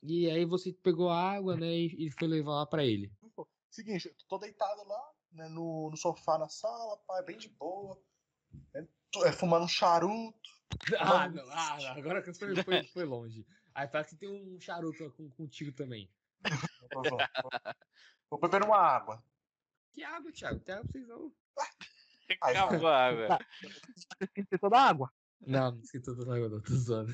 E aí você pegou a água, né, e e foi levar lá pra ele.
Seguinte, eu tô deitado lá, né, no, no sofá na sala, pai, bem de boa. É, tô- é, fumando um charuto.
Ah, não, ah, não, agora que foi, foi, foi longe. Aí fala que tem um charuto com, contigo também.
Vou, vou, vou. Vou beber uma água.
Que água, Thiago? Até vocês não.
Ai,
Acabou a água.
Esqueceu da água.
Não, não esqueci toda a água, não, tô zoando.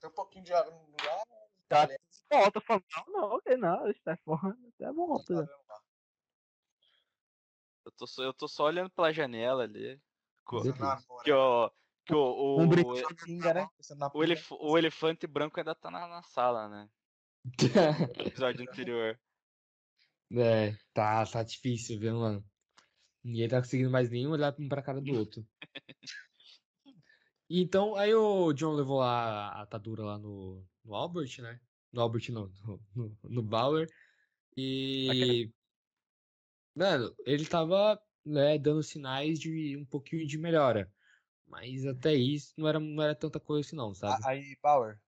Tem um pouquinho de água no lugar.
Tá. Volta, falando, não, não, tem não, isso é fora, até
é
volta.
Eu tô, só, eu tô só olhando pela janela ali. Co-
Beleza.
Que, o, que o, o,
Um
o,
brinquedo.
Pinga, né? Pensando na
o
pinga.
elef- o elefante branco ainda tá na, na sala, né? No episódio anterior.
É, tá, tá difícil, viu, mano? Ninguém tá conseguindo mais nem olhar um pra cara do outro. Então, aí o John levou lá a atadura lá no, no Albert, né? No Albert não, no, no, no Bauer. E. Mano, ele tava, né, dando sinais de um pouquinho de melhora. Mas até isso não era, não era tanta coisa assim, não, sabe?
A- Aí, Bauer.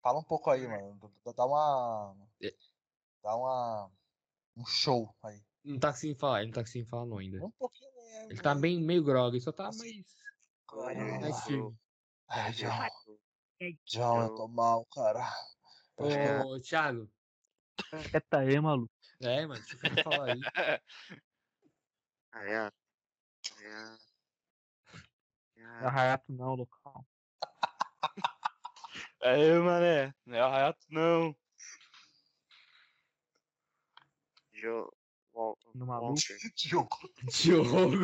Fala um pouco aí, mano. D- d- Dá uma.
É.
Dá uma. Um show aí.
Não tá conseguindo falar, ele não tá conseguindo falar não ainda.
Um pouquinho. né?
Ele tá bem meio grog, só tá mais.
Ah,
mais firme.
Ai,
Eu-
John. John, eu tô mal, cara.
Ô, Thiago.
Quieta aí, maluco.
É, mano, deixa eu falar aí.
Hayato. Hayato.
Ah.
Não é
Hayato.
rato não, local.
Aí, mané. Não é o Hayato, não.
Jo... Wal-
No maluco.
Walker.
Diogo.
Diogo.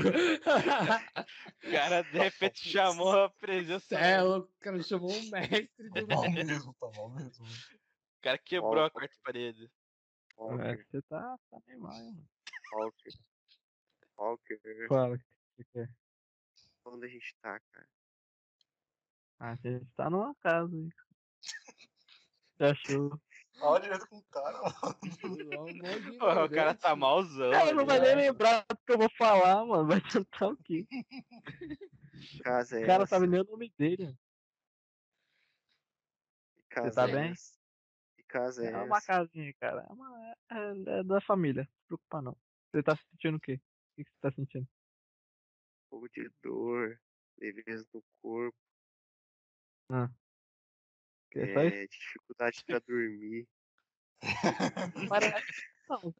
O cara de repente chamou a presença.
Cê é louco, o cara chamou o mestre
Tô
do
mal mesmo, tô mal mesmo.
O cara quebrou a quarta parede.
É,
Walker.
você tá, tá meio mal, hein, mano.
Walker. Walker.
Claro que você quer.
Onde a gente tá, cara?
Ah, você tá numa casa aí. Você achou?
Olha Tá direto com o cara, mano.
Pelo amor de
Pô, o
Deus. É,
cara tá malzão.
Cara, não
ali,
vai nem
né?
lembrar do que eu vou falar, mano. Vai tentar o quê?
Casa é
O cara tá
essa?
sabe nem o nome dele.
Que casa
tá
é
bem?
essa? Que casa é,
É uma
essa?
casinha, cara. É, uma, é, é da família. Não se preocupa, não. Você tá sentindo o quê? O que que você tá sentindo?
Um pouco de dor, leveza no corpo,
É só isso?
é, dificuldade pra dormir,
Parece. Não,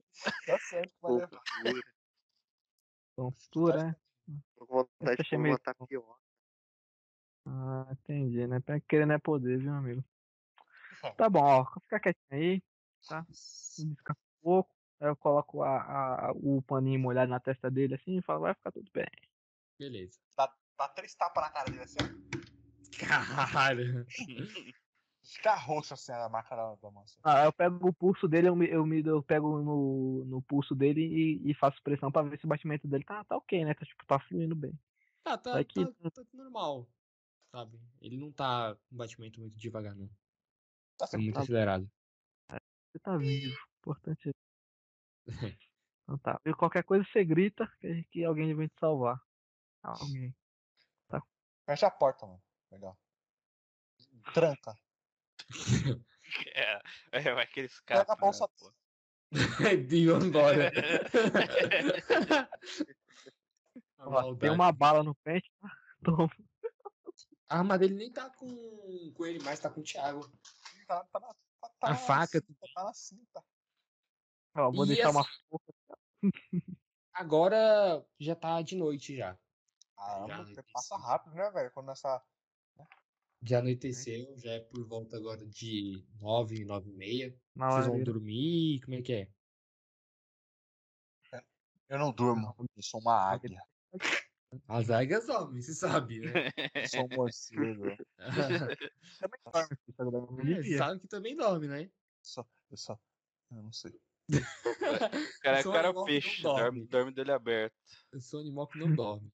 Tá certo, valeu.
tontura.
tontura, né?
Tô com vontade
Essa
de
achei
comer
meio Tá
uma tapioca.
Ah, entendi, né? Pra Querer não é poder, viu, amigo? Tá bom, ó. Fica quietinho aí, tá? Descansa um pouco. Aí eu coloco a, a- a- o paninho molhado na testa dele assim e falo, vai ficar tudo bem.
Beleza.
Dá três tapas na cara dele assim. ó.
Caralho.
Fica roxo assim a marca da da mão. assim.
Ah, eu pego o pulso dele, eu me, eu me eu pego no, no pulso dele e, e faço pressão pra ver se o batimento dele tá, tá ok, né? Tá, tipo, tá fluindo bem.
Tá, tá,
Vai que-
tá, tá normal. Sabe? Ele não tá um batimento muito devagar, não.
Tá
É
certo.
muito
tá-
acelerado.
Você tá vivo. Importante é isso. Então tá. E qualquer coisa você grita que, que alguém vem te salvar. Alguém.
Fecha a porta, mano. Legal. Tranca.
É, é, vai que ele escapa.
Pega a bolsa.
né, pô.
Digo embora. A
Ó, tem
maldade.
uma bala no pente, tá? Toma.
A arma dele nem tá com, com ele mais, tá com o Thiago.
Tá, tá, na- tá, tá
A
na
faca.
cinta, Tá na cinta.
Ó, vou
E
deixar uma
essa- Agora já tá de noite já.
Caramba,
Já,
passa
isso.
rápido, né, velho? Quando essa.
Já anoiteceu, já é por volta agora de nove, nove e meia.
na
Vocês vão
lareira.
dormir? Como é que é?
Eu não durmo. Eu sou uma águia.
As águias homem, você sabe, né?
Eu sou um morcego.
Também dorme, filho, tá dormindo de
É,
dia.
sabe que também dorme, né?
Eu só. Eu não sei.
O cara,
Eu sou
o cara
animal
é o
que não
peixe,
dorme.
dorme, dorme de olho aberto.
Eu sou um animal que não dorme.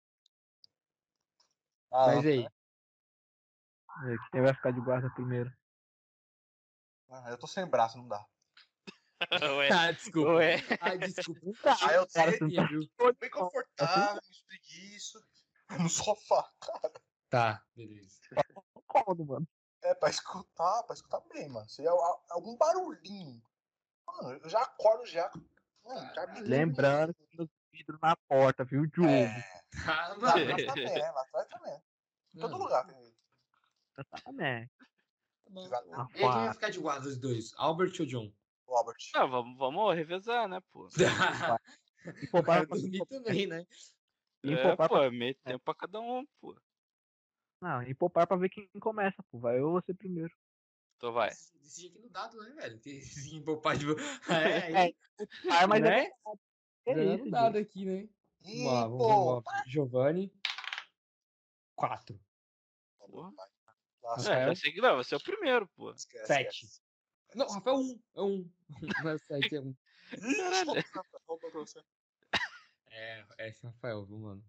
Ah,
Mas aí,
É, Quem vai ficar de guarda primeiro?
ah, eu tô sem braço, não dá.
Ué,
ah, desculpa.
é. ué.
Ah, desculpa.
Ah, eu
Cara, tá
sei.
você viu?
Bem confortável, me espreguiço. No sofá.
Tá, beleza.
Tô cômodo, mano.
É, pra escutar, pra escutar bem, mano. Se é al- algum barulhinho. Mano, eu já acordo já. Mano, já me
Lembrando que tem os vidros na porta, viu, Diogo?
É,
Tá,
lá
mano.
atrás também, né? Lá atrás também. Em todo lugar tem.
Tá, né?
Tá bom.
Exato.
E aí, quem vai ficar de guarda os dois? Albert ou John?
o Albert.
Ah, vamos, vamos revezar, né, pô?
E poupar
eu dormi também, né?
E
É,
poupar
pô, é meio tempo pra cada um, pô.
Não, e poupar pra ver quem começa, pô. Vai eu ou você primeiro.
Então vai.
Decidi aqui no dado, né, velho? Sim, poupar de. É, é,
Ah, mas
né?
é, é
Zerando
isso,
dado aqui, né?
Ih,
Vamos lá, vamos,
pô!
vamos lá. Giovanni. 4.
Porra.
Nossa,
É, eu sei que não, você é o primeiro, pô.
esquece,
Sete.
esquece.
Não, Rafael, um. É um. Não é sete, é um.
Rouba pra você.
É, é esse Rafael, viu, mano?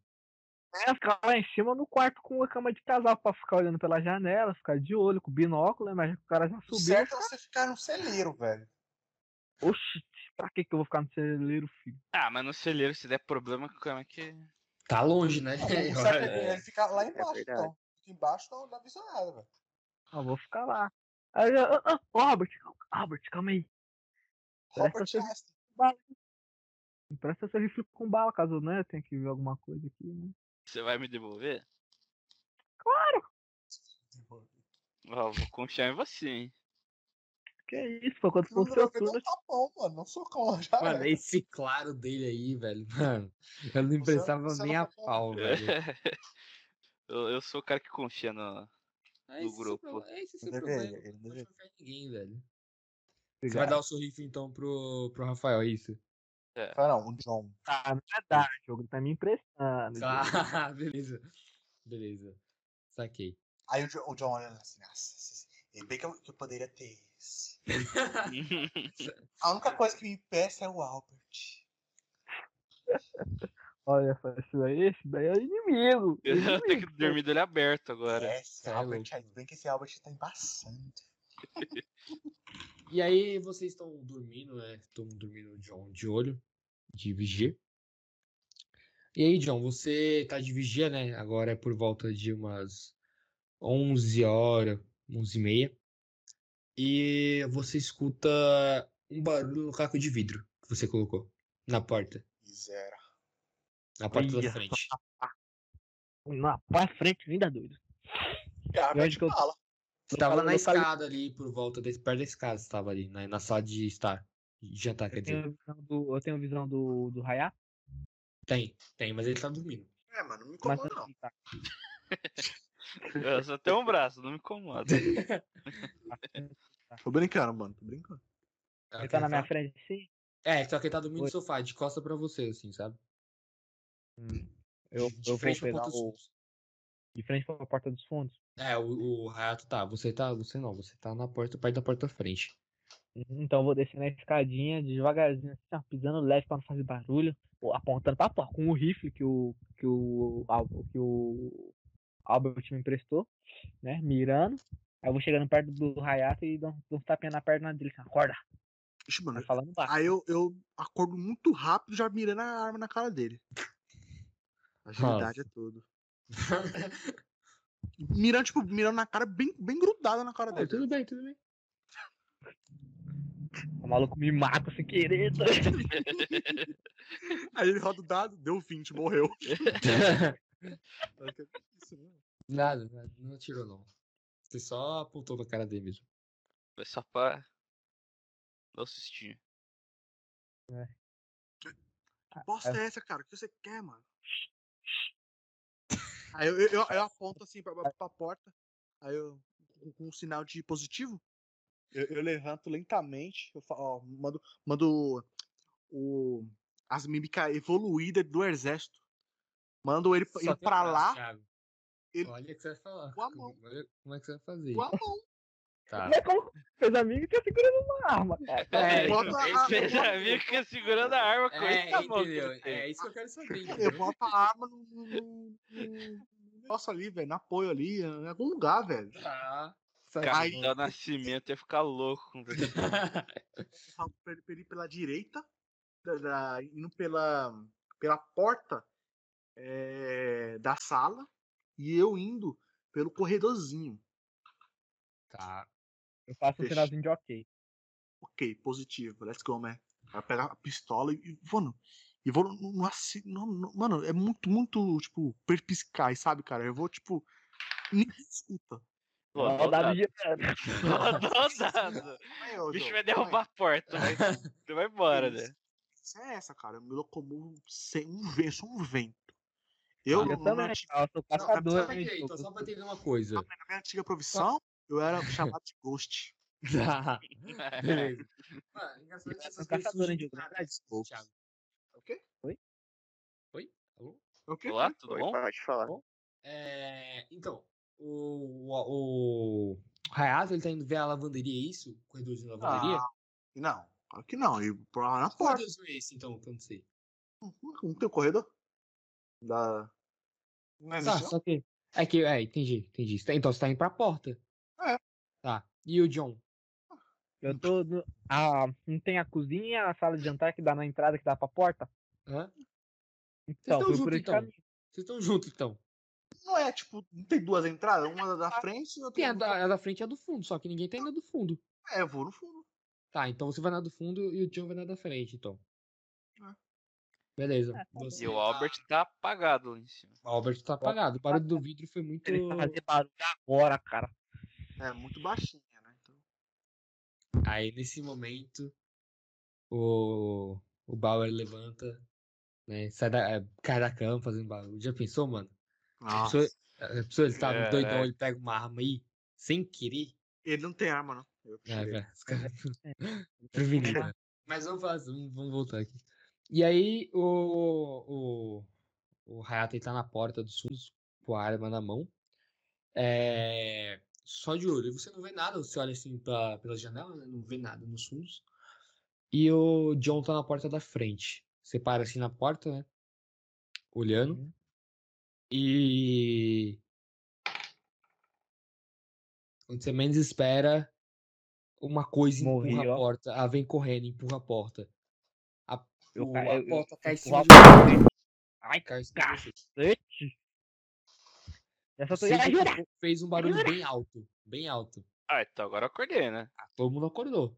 É, ficar lá em cima no quarto com a cama de casal pra ficar olhando pela janela, ficar de olho, com o binóculo, né? Mas o cara já
O
subiu.
certo é você ficar no celeiro, velho.
Oxi, pra que que eu vou ficar no celeiro, filho?
Ah, mas no celeiro, se der problema, como é que.
Tá longe, né?
O certo é ele ficar lá embaixo,
verdade.
então. Fica embaixo não dá visão nada, velho.
Ah, vou ficar lá. Aí, eu- ah, ah, ô, Albert, calma- Albert, calma aí.
Robert
seu-
Einstein.
Presta seu rifle com bala, caso né, eu tenha que ver alguma coisa aqui, né?
Você vai me devolver? Ó, vou confiar em você, hein?
Que é isso, pô, quando
Não
for seu
deu
turno,
um tapão, mano. Não socão, já
Mano, é
era.
esse claro dele aí, velho, mano. Eu não
Você-
emprestava
você
nem
não
a
tá
pau, velho.
eu, eu sou o cara que confia no.
É esse seu
grupo.
problema, É esse seu
Ele
problema.
deveria, ele
Não pode
deveria.
confiar em ninguém, velho. Você vai dar o sorriso então pro, pro Rafael, é isso?
Fala, Não, o John.
ah, não é dar, jogo, ele tá me emprestando. jogo.
Ah, beleza. Beleza. Saquei.
Aí o John, o John olhando assim, nossa, esse- ele bem que eu, que eu poderia ter esse. A única coisa que me impeça é o Albert.
Olha, fala, isso daí, esse daí é o inimigo.
eu tenho que dormir dele aberto agora.
Esse
tá
Albert,
louco.
aí, bem que esse Albert tá embaçando.
E aí vocês estão dormindo, né? Estão dormindo de, olho- de olho, de vigia. E aí, John, você tá de vigia, né? Agora é por volta de umas 11 horas, 11 e meia. E você escuta um barulho no caco de vidro que você colocou na porta,
E zero.
na porta
Olha
da
só.
frente.
Na pra frente, ainda doido.
E a Albert
onde que eu-
fala.
Você tava
Local-
na
local-
escada ali, por volta, desse, perto da escada, você tava ali, né? na, na sala de estar, de jantar, quer
Eu
dizer.
tenho visão do, eu tenho visão do, do Hayato,
Tem, tem, mas ele tá dormindo.
né,
É, mano, não me
mas
incomoda, não.
assim, tá,
Eu só tenho um braço, não me incomoda.
Tô brincando, mano, tô brincando.
ele tá na minha frente assim,
É, só que ele tá dormindo no
Oi.
sofá, de costa pra você, assim, sabe?
eu,
De
eu vou
frente pra
pegar
porta dos
o,
fundos.
de frente pra porta dos fundos.
É, o, o Hayato tá. Você tá. Você não, você tá na porta, perto da porta da frente.
Então eu vou descendo a escadinha devagarzinho, assim, ó, pisando leve pra não fazer barulho, pô, apontando pra porta com o rifle que o que o Al- que o Albert me emprestou, né, mirando. Aí eu vou chegando perto do Hayato e dou, dou uns tapinha na perna dele, assim, acorda,
Ixi,
tá
mano,
falando baixo.
aí eu, eu acordo muito rápido já mirando a arma na cara dele. Agilidade é tudo. Mirando, tipo, mirando na cara, bem, bem grudada na cara
Ah,
dele.
tudo bem, tudo bem.
O maluco me mata sem querer. tá?
Aí ele roda o dado, deu 20, morreu. Isso, né?
nada, nada, não atirou não. Você só apontou pra cara dele mesmo.
Foi só pra. um Não assistir.
Que bosta é essa, cara? O que você quer, mano? Aí eu, eu, eu- eu aponto assim pra, pra- pra porta, aí eu, com, com um sinal de positivo, eu, eu levanto lentamente, eu falo, ó, mando, mando o, as mímicas evoluídas do exército. Mando ele
Só
ir
tem um
pra
braço,
lá
Thiago.
ele-
Olha o que você vai falar.
Com a mão.
Olha como é que você vai fazer.
com a mão.
Tá.
Mas É como que fez amigo que tá segurando uma arma, cara?
É,
Bota
então,
a-
é isso que eu
Fez
quero-
a amiga segurando a arma com
é,
ele na mão. que
entendeu?
ele tem.
É isso que eu quero saber.
Eu
entendeu?
boto a arma no, no, no- no negócio ali, velho, no apoio ali, em algum lugar, velho.
Tá.
Cara,
Saquei.
o Nascimento ia ficar louco com você.
falo pra ele, pra ele ir pela direita, da- da- indo pela, pela porta eh, da sala e eu indo pelo corredorzinho.
Tá.
Eu faço um
Fechou.
sinalzinho de ok.
Ok, positivo, let's go, man. Aí pega a pistola e- e, mano, e vou no, no assi- no- no- mano, é muito, muito, tipo, perpiscaz, sabe, cara? Eu vou, tipo, ninguém escuta.
Pô,
Ó,
dá o
dado
dado.
de-
Ó, dá o dado.
Aí, ô,
O bicho
João, calma
vai derrubar
aí.
a porta. Vai, tu vai embora,
Isso.
né?
Isso é essa, cara. Eu me locomovo sem um vento, só um vento. Eu,
Eu
no-
também,
na, anti-
cara, eu sou
Não,
Só
caçador.
pra
hein,
entender, então,
Chico.
só pra entender uma coisa.
na minha antiga profissão, eu era chamado de Ghost.
Tá, beleza. Mano, engraçado que essas coisas
Caçador,
surgem
hein,
do
Diogo?
nada, Thiago.
O quê?
Alô?
O quê?
Olá, tudo
Oi,
Tá
bom?
pode falar.
É, então, o, o, o Hayato, ele tá indo ver a lavanderia, é isso? O corredorzinho da lavanderia?
Ah, não, claro que não. E por lá na
Que
porta.
corredorzinho é esse, então, que eu não sei?
Não tem o corredor? Da. Não
Tá,
existe, não?
só que. É que, é, entendi, entendi. Você tá- Então você tá indo pra porta.
É.
Tá. E o John? Hum.
Eu tô. no- Ah, não tem a cozinha, a sala de jantar que dá na entrada que dá pra porta?
Hã?
Então,
estão
fui por
juntos,
esse
então?
caminho.
Vocês estão juntos, então.
Não é tipo, não tem duas entradas, uma da frente e outra
Ah, Tem a
do-
da, a da frente e a do fundo, só que ninguém tá indo do fundo.
É, eu vou no fundo.
Tá, então você vai na do fundo e o John vai na da frente, então.
É.
Beleza.
É, tá bom.
Você-
E o Albert tá apagado lá em cima.
O Albert tá apagado. O barulho do vidro foi muito.
Ele tá vai fazer barulho agora, cara.
É muito baixinha, né? Então,
Aí nesse momento, o, o Bauer levanta, né? Sai da, cai da cama fazendo barulho. Já pensou, mano? A
Nossa.
pessoa, a pessoa ele tá
Caraca.
doidão, ele pega uma arma aí, sem querer.
Ele não tem arma, não. Eu
É,
tirei.
velho, os caras. Prevenir, né? Mas vamos falar, assim, vamos, vamos voltar aqui. E aí, o. O, o Hayato ele tá na porta dos fundos com a arma na mão. É, só de olho. E Você não vê nada, você olha assim pra, pela janela, né? não vê nada nos fundos. E o John tá na porta da frente. Você para assim na porta, né? Olhando.
Uhum.
E. Quando você menos espera, uma coisa
Morri,
empurra a
ó.
porta. Ela vem correndo, empurra a porta. A,
Eu
o-
ca-
a
eu- eu-
porta cai em
empurro
cima
a
de você.
Ai,
Cai em cima de você.
cacete. Essa tô...
Você
Ai,
viu que
jura?
fez um barulho bem alto. Bem alto.
Ah, então agora eu acordei, né?
Ah, todo mundo acordou.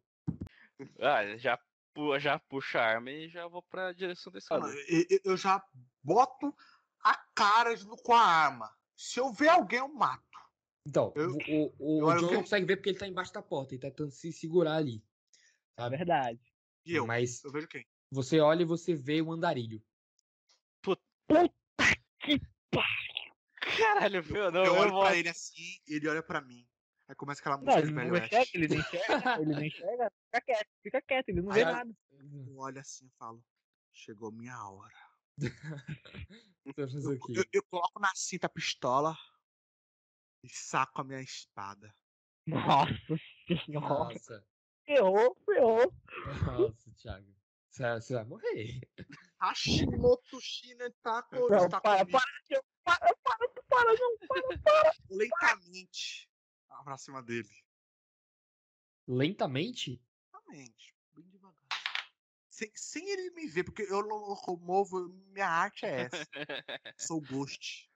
Ah, já, pu- já puxa a arma e já vou pra direção da escada.
Mano, eu, eu- eu já boto a cara junto com a arma. Se eu ver alguém, eu mato.
Então, o,
Eu-
o,
eu
o
olho
John
que-
não consegue ver porque ele tá embaixo da porta. Ele tá tentando se segurar ali. Sabe?
Verdade.
E eu?
Mas
Eu vejo quem?
você olha e você vê o andarilho.
Caralho, meu, não,
Eu,
eu,
olho
volto.
pra ele assim, ele olha pra mim. Aí começa aquela
Não,
música
ele
do
não
Velho
enxerga,
Oeste.
ele não enxerga, ele não enxerga. Fica quieto, fica quieto, ele não
Aí
vê
a-
nada.
Eu olho assim e falo, chegou minha hora.
Tá fazendo
Eu,
o quê?
eu- eu coloco na cinta a pistola e saco a minha espada.
Nossa senhora.
Nossa,
Ferrou, ferrou.
nossa, Thiago. Você vai- você vai morrer.
Hashimoto Shina tá com
Não,
está
para,
comigo.
para, Diogo, para, para, não para, não.
lentamente pra cima dele.
Lentamente?
Lentamente, bem devagar. Sem, sem ele me ver, porque eu não locomovo, minha arte é essa. Sou ghost.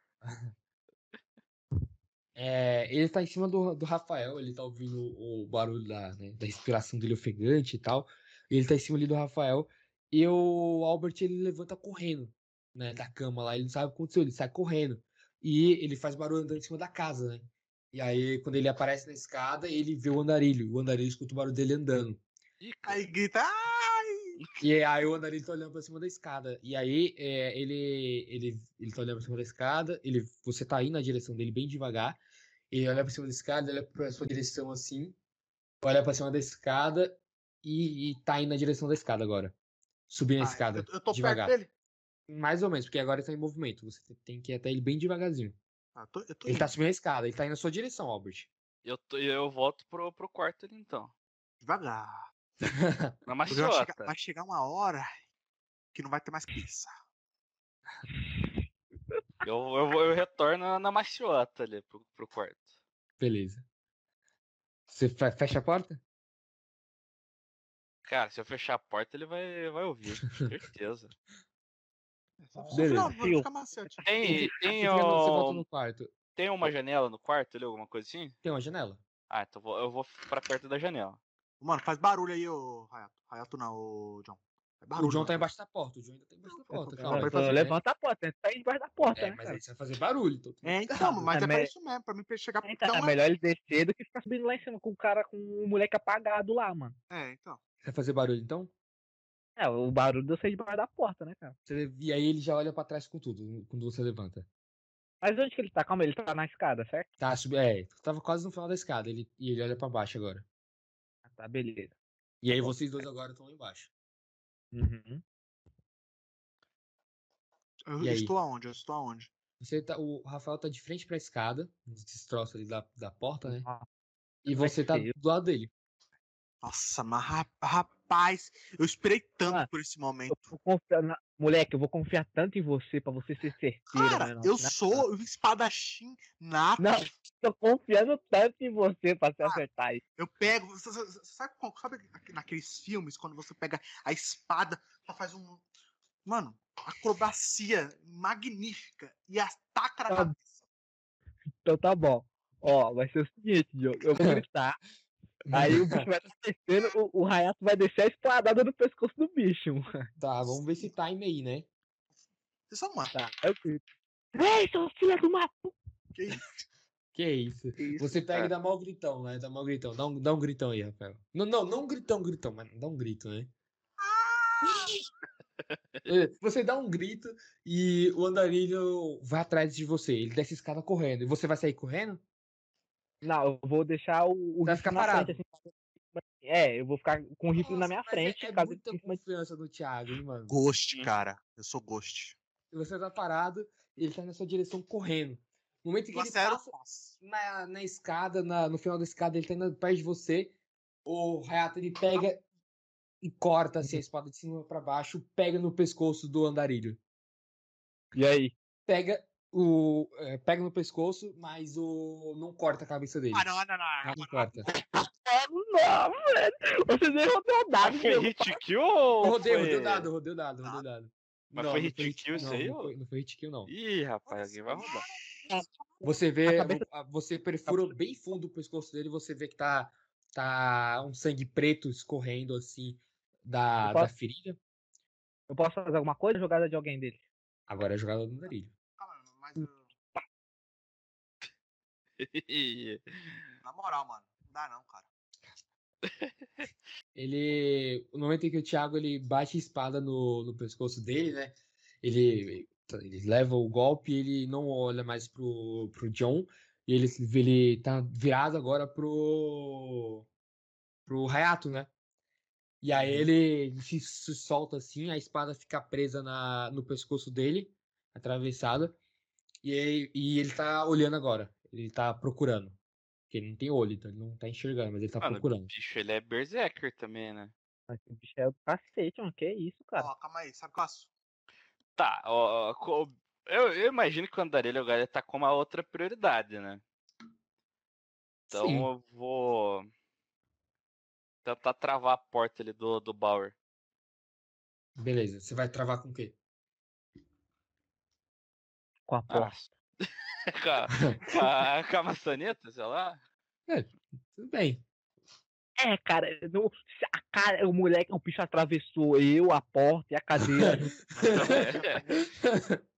É, ele tá em cima do, do Rafael, ele tá ouvindo o barulho da, né, da respiração dele ofegante e tal. Ele tá em cima ali do Rafael. E o Albert ele levanta correndo, né, da cama lá. Ele não sabe o que aconteceu, ele sai correndo. E ele faz barulho andando em cima da casa, né? E aí, quando ele aparece na escada, ele vê o andarilho. O andarilho escuta o barulho dele andando.
Ih, cara,
Aí grita, "Ah, ai!
E aí o andarilho tá olhando pra cima da escada. E aí é, ele, ele, ele tá olhando pra cima da escada, ele, você tá indo na direção dele bem devagar. Ele olha pra cima da escada, olha pra sua direção assim, olha pra cima da escada e, e tá indo na direção da escada agora. Subindo a
Ah,
escada,
eu, eu tô
devagar.
perto dele.
então tá Mais ou menos, porque agora ele tá em movimento. Você te- tem que ir até ele bem devagarzinho.
Ah, tô- eu tô
Ele tá
indo,
subindo a escada, ele tá indo na sua direção, Albert.
eu, tô- eu volto pro, pro quarto ali então.
devagar.
Na
Porque vai, chegar,
maciota.
vai chegar uma hora que não vai ter mais pizza.
Eu, eu, vou- eu retorno na maciota ali pro, pro quarto.
Beleza. Você fe- fecha a porta?
Cara, se eu fechar a porta, ele vai, vai ouvir. Certeza.
Beleza.
Não, vai ficar macete.
Tem, tem,
Você, fica no- você volta
ó,
no quarto.
tem uma janela no quarto ali, alguma coisa assim?
Tem uma janela?
Ah, então vou- eu vou pra perto da janela.
Mano, faz barulho aí, ô Hayato. Hayato não, ô John.
o John tá embaixo da porta. O John ainda tá embaixo
É,
da porta.
Não,
Calma,
eu
ele vai fazer, né?
levanta a porta, ele tá aí embaixo da porta,
É,
né?
mas
cara?
aí você vai fazer barulho. Então.
É, então, mas
É
é, pra
me-
isso mesmo, pra mim pra chegar.
Então,
não
é melhor ele descer do que ficar subindo lá em cima com o cara, com o moleque apagado lá, mano.
É, então.
Você vai fazer barulho, então?
É, o barulho deu sair debaixo da porta, né, cara?
Você- e aí ele já olha pra trás com tudo, quando você levanta.
Mas onde que ele tá? Calma, ele tá na escada, certo?
Tá, subi, é, tava quase no final da escada, ele, e ele olha pra baixo agora.
Ah, Tá, beleza.
E aí vocês dois agora estão lá embaixo.
Uhum.
Eu
E aí?
estou aonde? Eu estou aonde?
Você tá, o Rafael tá de frente pra escada, nos destroços ali da, da porta, né?
Ah,
E
vai
você tá
ser eu.
do lado dele.
Nossa, mas ra- rapaz, eu esperei tanto
Ah,
por esse momento.
Eu vou confiar na- Moleque, eu vou confiar tanto em você pra você ser certeiro,
Cara,
mano.
eu
né, Não,
sou um espadachim nato.
Não, tô confiando tanto em você pra se acertar isso.
Eu pego. você- você- você Sabe, qual- sabe aqu- naqueles filmes quando você pega a espada, ela faz um. Mano, acrobacia magnífica e ataca na
Tá.
cabeça.
Então tá bom. Ó, vai ser o seguinte, Diogo. Eu vou gritar, aí o bicho vai tá descendo, o, o Hayato vai descer a espadada no pescoço do bicho, mano.
Tá, vamos ver esse time aí, né?
Vocês são uma.
Tá, eu grito. Ei, seu filho do uma
Que é isso.
Que isso,
Você pega e
cara?
dá mal gritão, né? Dá mal gritão. Dá um, dá um gritão aí, Rafael. Não, não, não um gritão, gritão, mas dá um grito, né? É, Você dá um grito e o andarilho vai atrás de você. Ele desce a escada correndo. E você vai sair correndo?
Não, eu vou deixar o,
Você
o
vai
rifle
ficar
na frente,
parado.
assim. É, eu vou ficar com o rifle
Nossa,
na minha
mas
frente,
É, é
caso ele
muita
fique em cima de-
confiança do Thiago, hein, mano?
Ghost, cara. Eu sou ghost.
Você tá parado, ele tá na sua direção correndo. No momento em que
Eu
ele
acelero
passa
o passo.
na, na escada, na- no final da escada, ele tá indo perto de você. O Hayato ele pega e corta assim, a espada de cima pra baixo, pega no pescoço do andarilho.
E aí?
Pega o. é, pega no pescoço, mas o. não corta a cabeça dele.
Ah, não, não, não.
Não corta.
Ah, não, velho! Você nem rodou o
Ah,
dado,
Mas foi
meu.
hit kill ou
Eu rodei,
foi- Tá.
rodei o dado, rodei o dado, rodei o dado.
Mas foi hit kill
não,
isso aí,
Não
ô?
foi, não foi hit kill, não.
Ih, rapaz, alguém vai rodar.
Você vê,
A cabeça- tá
a- você perfura bem fundo o pescoço dele, você vê que tá, tá um sangue preto escorrendo assim da,
Eu
da
posso-
ferida.
Eu posso fazer alguma coisa? Jogada de alguém dele.
Agora é a jogada do andarilho.
Calma, mas eu- na moral, mano, não dá não, cara.
Ele, no momento em que o Thiago ele bate a espada no, no pescoço dele, né? Ele, ele leva o golpe, ele não olha mais pro, pro John, e ele, se- ele tá virado agora pro, pro Hayato, né? E aí
Uhum.
ele se, se solta assim, a espada fica presa na, no pescoço dele, atravessada, e, aí- e ele tá olhando agora, ele tá procurando. Porque ele não tem olho, então ele não tá enxergando, mas ele tá
Mano,
procurando.
bicho, ele é berserker também, né?
Mas o bicho é do cacete, mano. Que isso, cara?
Ó, calma aí, sabe o que eu faço?
Tá, ó, ó, co- eu, eu imagino que o Andarilho agora tá com uma outra prioridade, né? Então
Sim.
eu vou tentar travar a porta ali do, do Bauer.
Beleza, você vai travar com o quê?
Com a
Ah, com, a,
porra.
com a- com a maçaneta, sei lá.
Tudo bem.
É, cara, eu não- se a cara, o moleque, o bicho atravessou eu, a porta e a cadeira.
É.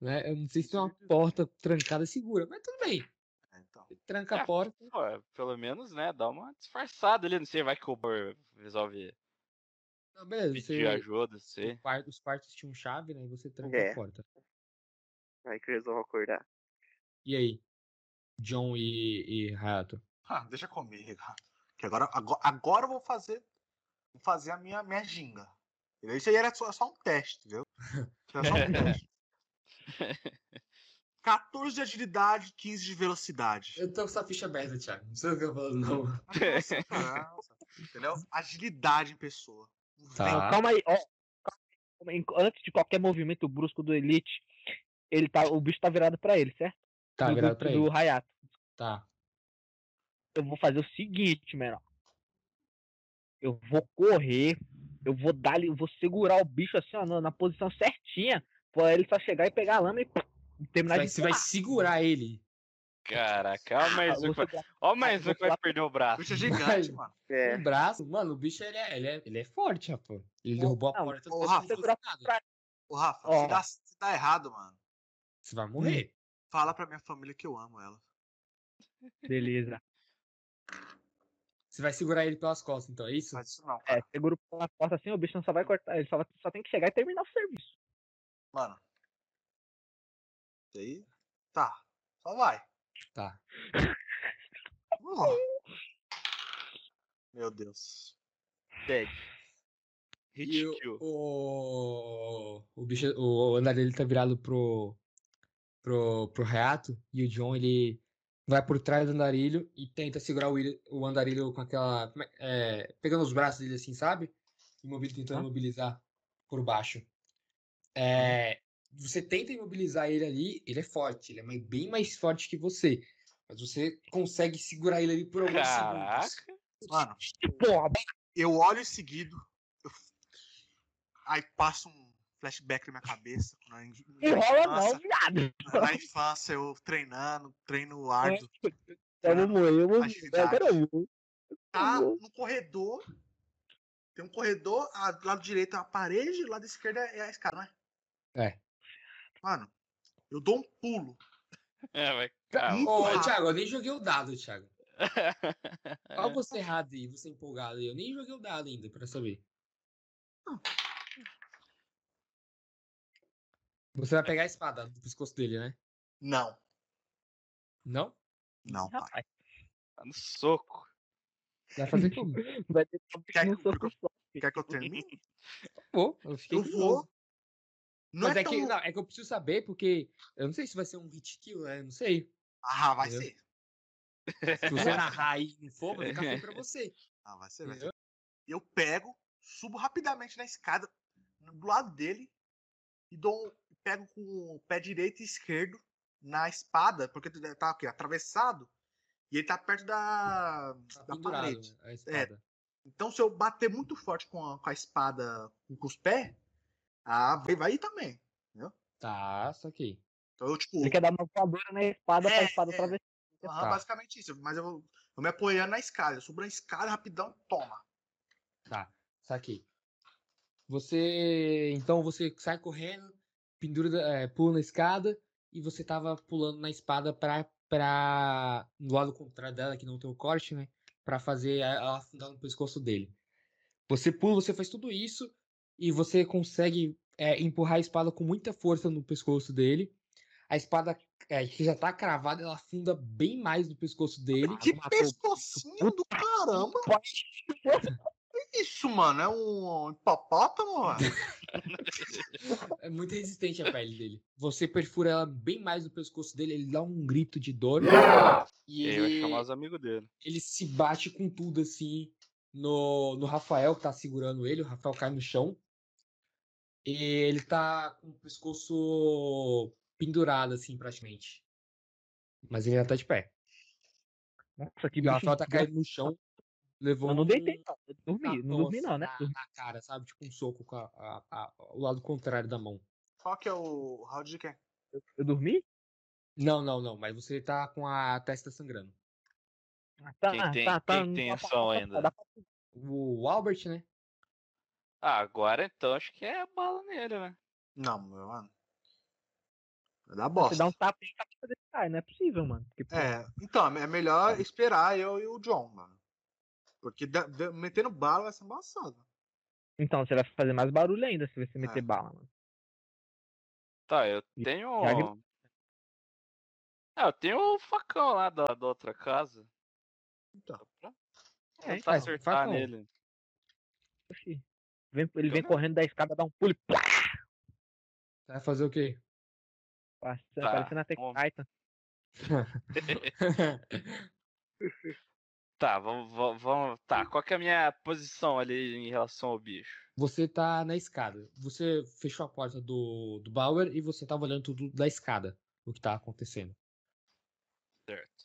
Né, Eu não sei se tem uma porta trancada segura, mas tudo bem.
É, então.
Tranca
É.
a porta.
Pô, pelo menos, né, dá uma disfarçada ali, não sei, vai que o Bauer resolve
Não, ah, beleza,
pedir
você,
ajuda, não sei.
o quarto- os quartos tinham chave, né? E você tranca a
É.
porta.
Aí que eu resolvo acordar.
E aí? John e, e Hayato.
Ah, deixa comigo. Que agora, agora, agora eu vou fazer, vou fazer a minha, minha ginga. Entendeu? Isso aí era só, só um teste, viu? Isso era só um teste. 14 de agilidade, 15 de velocidade.
Eu tô com essa ficha aberta, Thiago. Não sei o que eu falo, não.
Ah, nossa, cara, nossa. Entendeu? Agilidade em pessoa. Um
Tá.
vento.
Não, calma aí, ó. Calma aí, Antes de qualquer movimento brusco do Elite, ele tá, o bicho tá virado pra ele, certo?
Tá,
do,
virado
do-
pra
do
ele.
Hayato.
Tá.
Eu vou fazer o seguinte, menor. Eu vou correr, eu vou dar ali, eu vou segurar o bicho assim, ó, na, na posição certinha, pra ele só chegar e pegar a lama e, pá, e terminar
Vai-
de
você vai segurar ele.
Caraca,
Ah,
ó mais um que vai, ó mais um que vai perder o braço.
Bicho é gigante,
Ai.
mano.
É,
O braço, mano, o bicho ele é, ele é, ele é forte, rapaz. Ele derrubou a
Não,
porta.
ô,
todo
Rafa,
mundo ficou
Ô, Rafa,
Ó.
se, dá, se dá errado, mano,
Você vai morrer.
fala pra minha família que eu amo ela.
Beleza.
Você vai segurar ele pelas costas, então, é isso?
Faz isso não,
É,
cara.
seguro na porta assim, o bicho não só vai cortar, ele só, vai- só tem que chegar e terminar o serviço.
Mano. E aí? Tá. Só vai.
Tá.
Ó. Meu Deus.
Dead. Hit
E o,
kill.
o, o bicho, o, o andar dele tá virado pro, pro, pro reato e o John ele vai por trás do andarilho e tenta segurar o, Will- o andarilho com aquela. como é- é, pegando os braços dele assim, sabe? Imobil, tentando
Hã?
mobilizar por baixo. É, você tenta imobilizar ele ali, ele é forte, ele é mai- bem mais forte que você. Mas você consegue segurar ele ali por alguns segundos.
Caraca.
Mano,
Porra,
eu olho em seguido. eu- Aí passa um flashback na minha cabeça. Na, na
enrola
infância-
não, viado.
Na infância, eu treinando, treino árduo. Tá
Eu vou morrer, eu vou morrer.
Atividade.
Eu quero morrer.
tá no corredor. Tem um corredor, a- do lado direito é a parede, do lado esquerdo é a escada, não é?
É.
Mano, eu dou um pulo.
É, vai. Ah,
Ih.
Ô,
Porra.
Thiago, eu nem joguei o dado, Thiago. Olha você errado aí, você empolgado aí. Eu nem joguei o dado ainda pra saber. Você vai pegar a espada do pescoço dele, né?
Não.
Não?
Não, pai.
Rapaz,
tá no soco.
Vai fazer tudo.
vai ter que
Quer
ficar
que
no
eu-
soco só.
Quer que eu termine?
Vou, eu fiquei
Eu
curioso.
vou. Não
Mas
é,
é, que,
tão-
não, é que eu preciso saber, porque eu não sei se vai ser um hit kill, né? Eu Não sei.
Ah, vai
Entendeu?
ser.
Se você narrar aí no fogo, vai ficar feio pra você.
Ah, vai ser, vai ser. Eu pego, subo rapidamente na escada, do lado dele, e dou um- pego com o pé direito e esquerdo na espada, porque tá aqui, atravessado, e ele tá perto da,
Tá
da
pendurado
parede.
a espada.
Então, se eu bater muito forte com a, com a espada, com, com os pés, a vai, vai ir também.
Tá, só que.
Então, eu, tipo,
Ele quer dar uma voadora na espada pra
É,
espada
é.
atravessar.
aham,
tá.
basicamente isso. Mas eu, vou- eu me apoiando na escada. Eu subo na escada, rapidão, toma.
Saquei. Você. Então você sai correndo, pendura, da- eh, pula na escada e você tava pulando na espada pra. pra do lado contrário dela, que não tem o corte, né? Pra fazer a- ela afundar no pescoço dele. Você pula, você faz tudo isso e você consegue eh, empurrar a espada com muita força no pescoço dele. A espada eh, que já tá cravada, ela afunda bem mais no pescoço dele.
Que
Matou-
pescocinho do caramba! Que Isso, mano, é um hipopótamo, mano.
É muito resistente a pele dele. Você perfura ela bem mais no pescoço dele, ele dá um grito de dor. E
Ele vai É, chamar
ele,
os amigos dele.
ele se bate com tudo assim no, no Rafael, que tá segurando ele. O Rafael cai no chão. E ele tá com o pescoço pendurado, assim, praticamente. Mas ele ainda tá de pé.
Nossa, que
E o
bicho.
Rafael tá caindo no chão. Levou
Eu não
um
deitei, não. Eu dormi, não
tapão,
dormi,
assim,
não, né?
na, na cara, sabe? Tipo um soco com a- a- a- o lado contrário da mão.
Qual que é o round de quem?
Eu dormi?
Não, não, não. Mas você tá com a testa sangrando.
Ah, Tá,
Quem tem- quem tem
dá
ação
pra- dá pra-
ainda?
dá pra-
O Albert, né?
Ah, agora então acho que é bala nele, né?
Não, meu mano. Vai dar
Você dá
bosta.
um tapa na cabeça desse cara, não é possível, mano. Porque, pô,
É, então, é melhor esperar eu e o John, mano. Porque da- da- metendo bala vai ser embaçado.
Então, você vai fazer mais barulho ainda se você meter
É.
bala, mano.
Tá, eu
E-
tenho.
já que-
Ah, eu tenho o facão lá da, da outra casa.
Então.
É,
Tentar
então,
acertar
facão.
nele.
Oxi. Vem- ele
Eu não-
vem
Então é.
correndo da escada, dá um pulo e plá,
Vai fazer o quê?
passa,
Tá,
parecendo até
vamos-
Titan.
Tá, vamos, vamos, vamos-
Hum.
Tá, qual que é a minha posição ali em relação ao bicho?
Você tá na escada. Você fechou a porta do, do Bauer e você tava olhando tudo da escada. O que tá acontecendo.
Certo.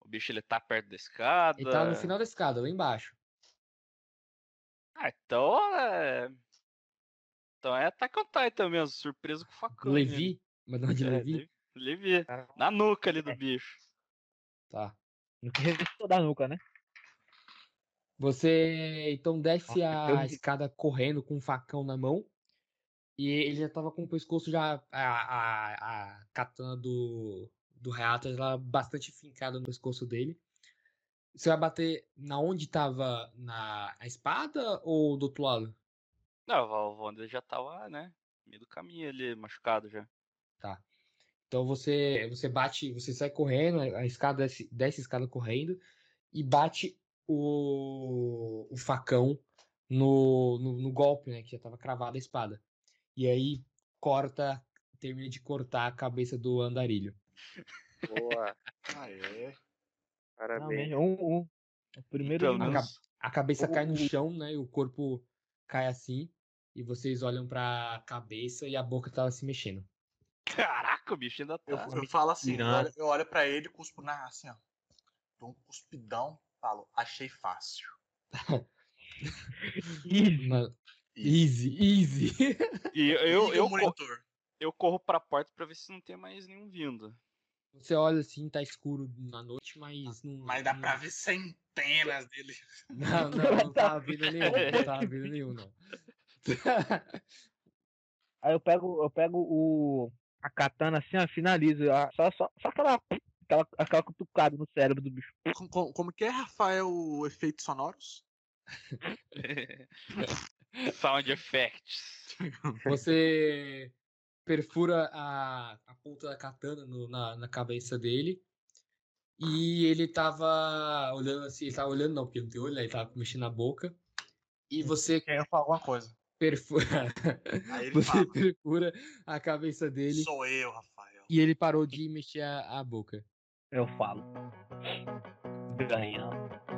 O bicho ele tá perto da escada.
Ele
É.
tá no final da escada, lá embaixo.
Ah, então é. Então é Attack on Titan mesmo, surpreso com o facão. né?
Levi. é. Mas não é de
É,
Levi?
Levi. Levi. Na nuca ali do bicho.
Tá.
No que restou da nuca, né?
Você então desce
Nossa, eu
a
vi.
escada correndo com um facão na mão. E ele já tava com o pescoço já. A, a, a katana do, do Reata ela bastante fincada no pescoço dele. Você vai bater na onde tava na a espada ou do outro lado?
Não, o Wander já tava, né? no Meio do caminho ali, machucado já.
Então você você bate, você sai correndo, a escada desce, desce a escada correndo e bate o, o facão no, no, no golpe, né? Que já tava cravada a espada. E aí corta, termina de cortar a cabeça do andarilho.
Boa,
Ah, é.
parabéns.
Realmente, um, um. O primeiro
Então,
Pelo
de
menos-
matar.
A cabeça cai no
Uhum.
Uh.
chão, né? E o corpo cai assim. E vocês olham pra cabeça e a boca tava se mexendo.
Caraca, o bicho ainda tá.
Eu, eu falo assim, eu
Não.
olho, eu olho pra ele, cuspo na assim, ó. Dou um cuspidão, falo, achei fácil.
Ih,
Na- Easy, easy.
E eu, eu,
Liga o
eu, co-
monitor.
eu corro pra porta pra ver se não tem mais nenhum vindo.
Você olha assim, tá escuro na noite, mas não.
Ah, Mas dá
não-
pra ver centenas dele.
Não, não, não tá vindo nenhum, não tá vindo nenhum, não.
Aí eu pego, eu pego o. A katana assim, ó, finalizo. ó, Só, só, só aquela, aquela, aquela cutucada no cérebro do bicho.
Com- com- como que é, Rafael, efeitos sonoros?
Sound effects.
Você perfura a, a ponta da katana no- na, na cabeça dele. E ele tava olhando assim, ele tava olhando não, porque não tem olho, né? ele tava mexendo na boca. E você
Querendo falar alguma coisa.
perfura,
Aí ele
você
fala,
perfura a cabeça dele
sou eu, Rafael.
e ele parou de mexer a, a boca.
Eu falo. Ganhamos.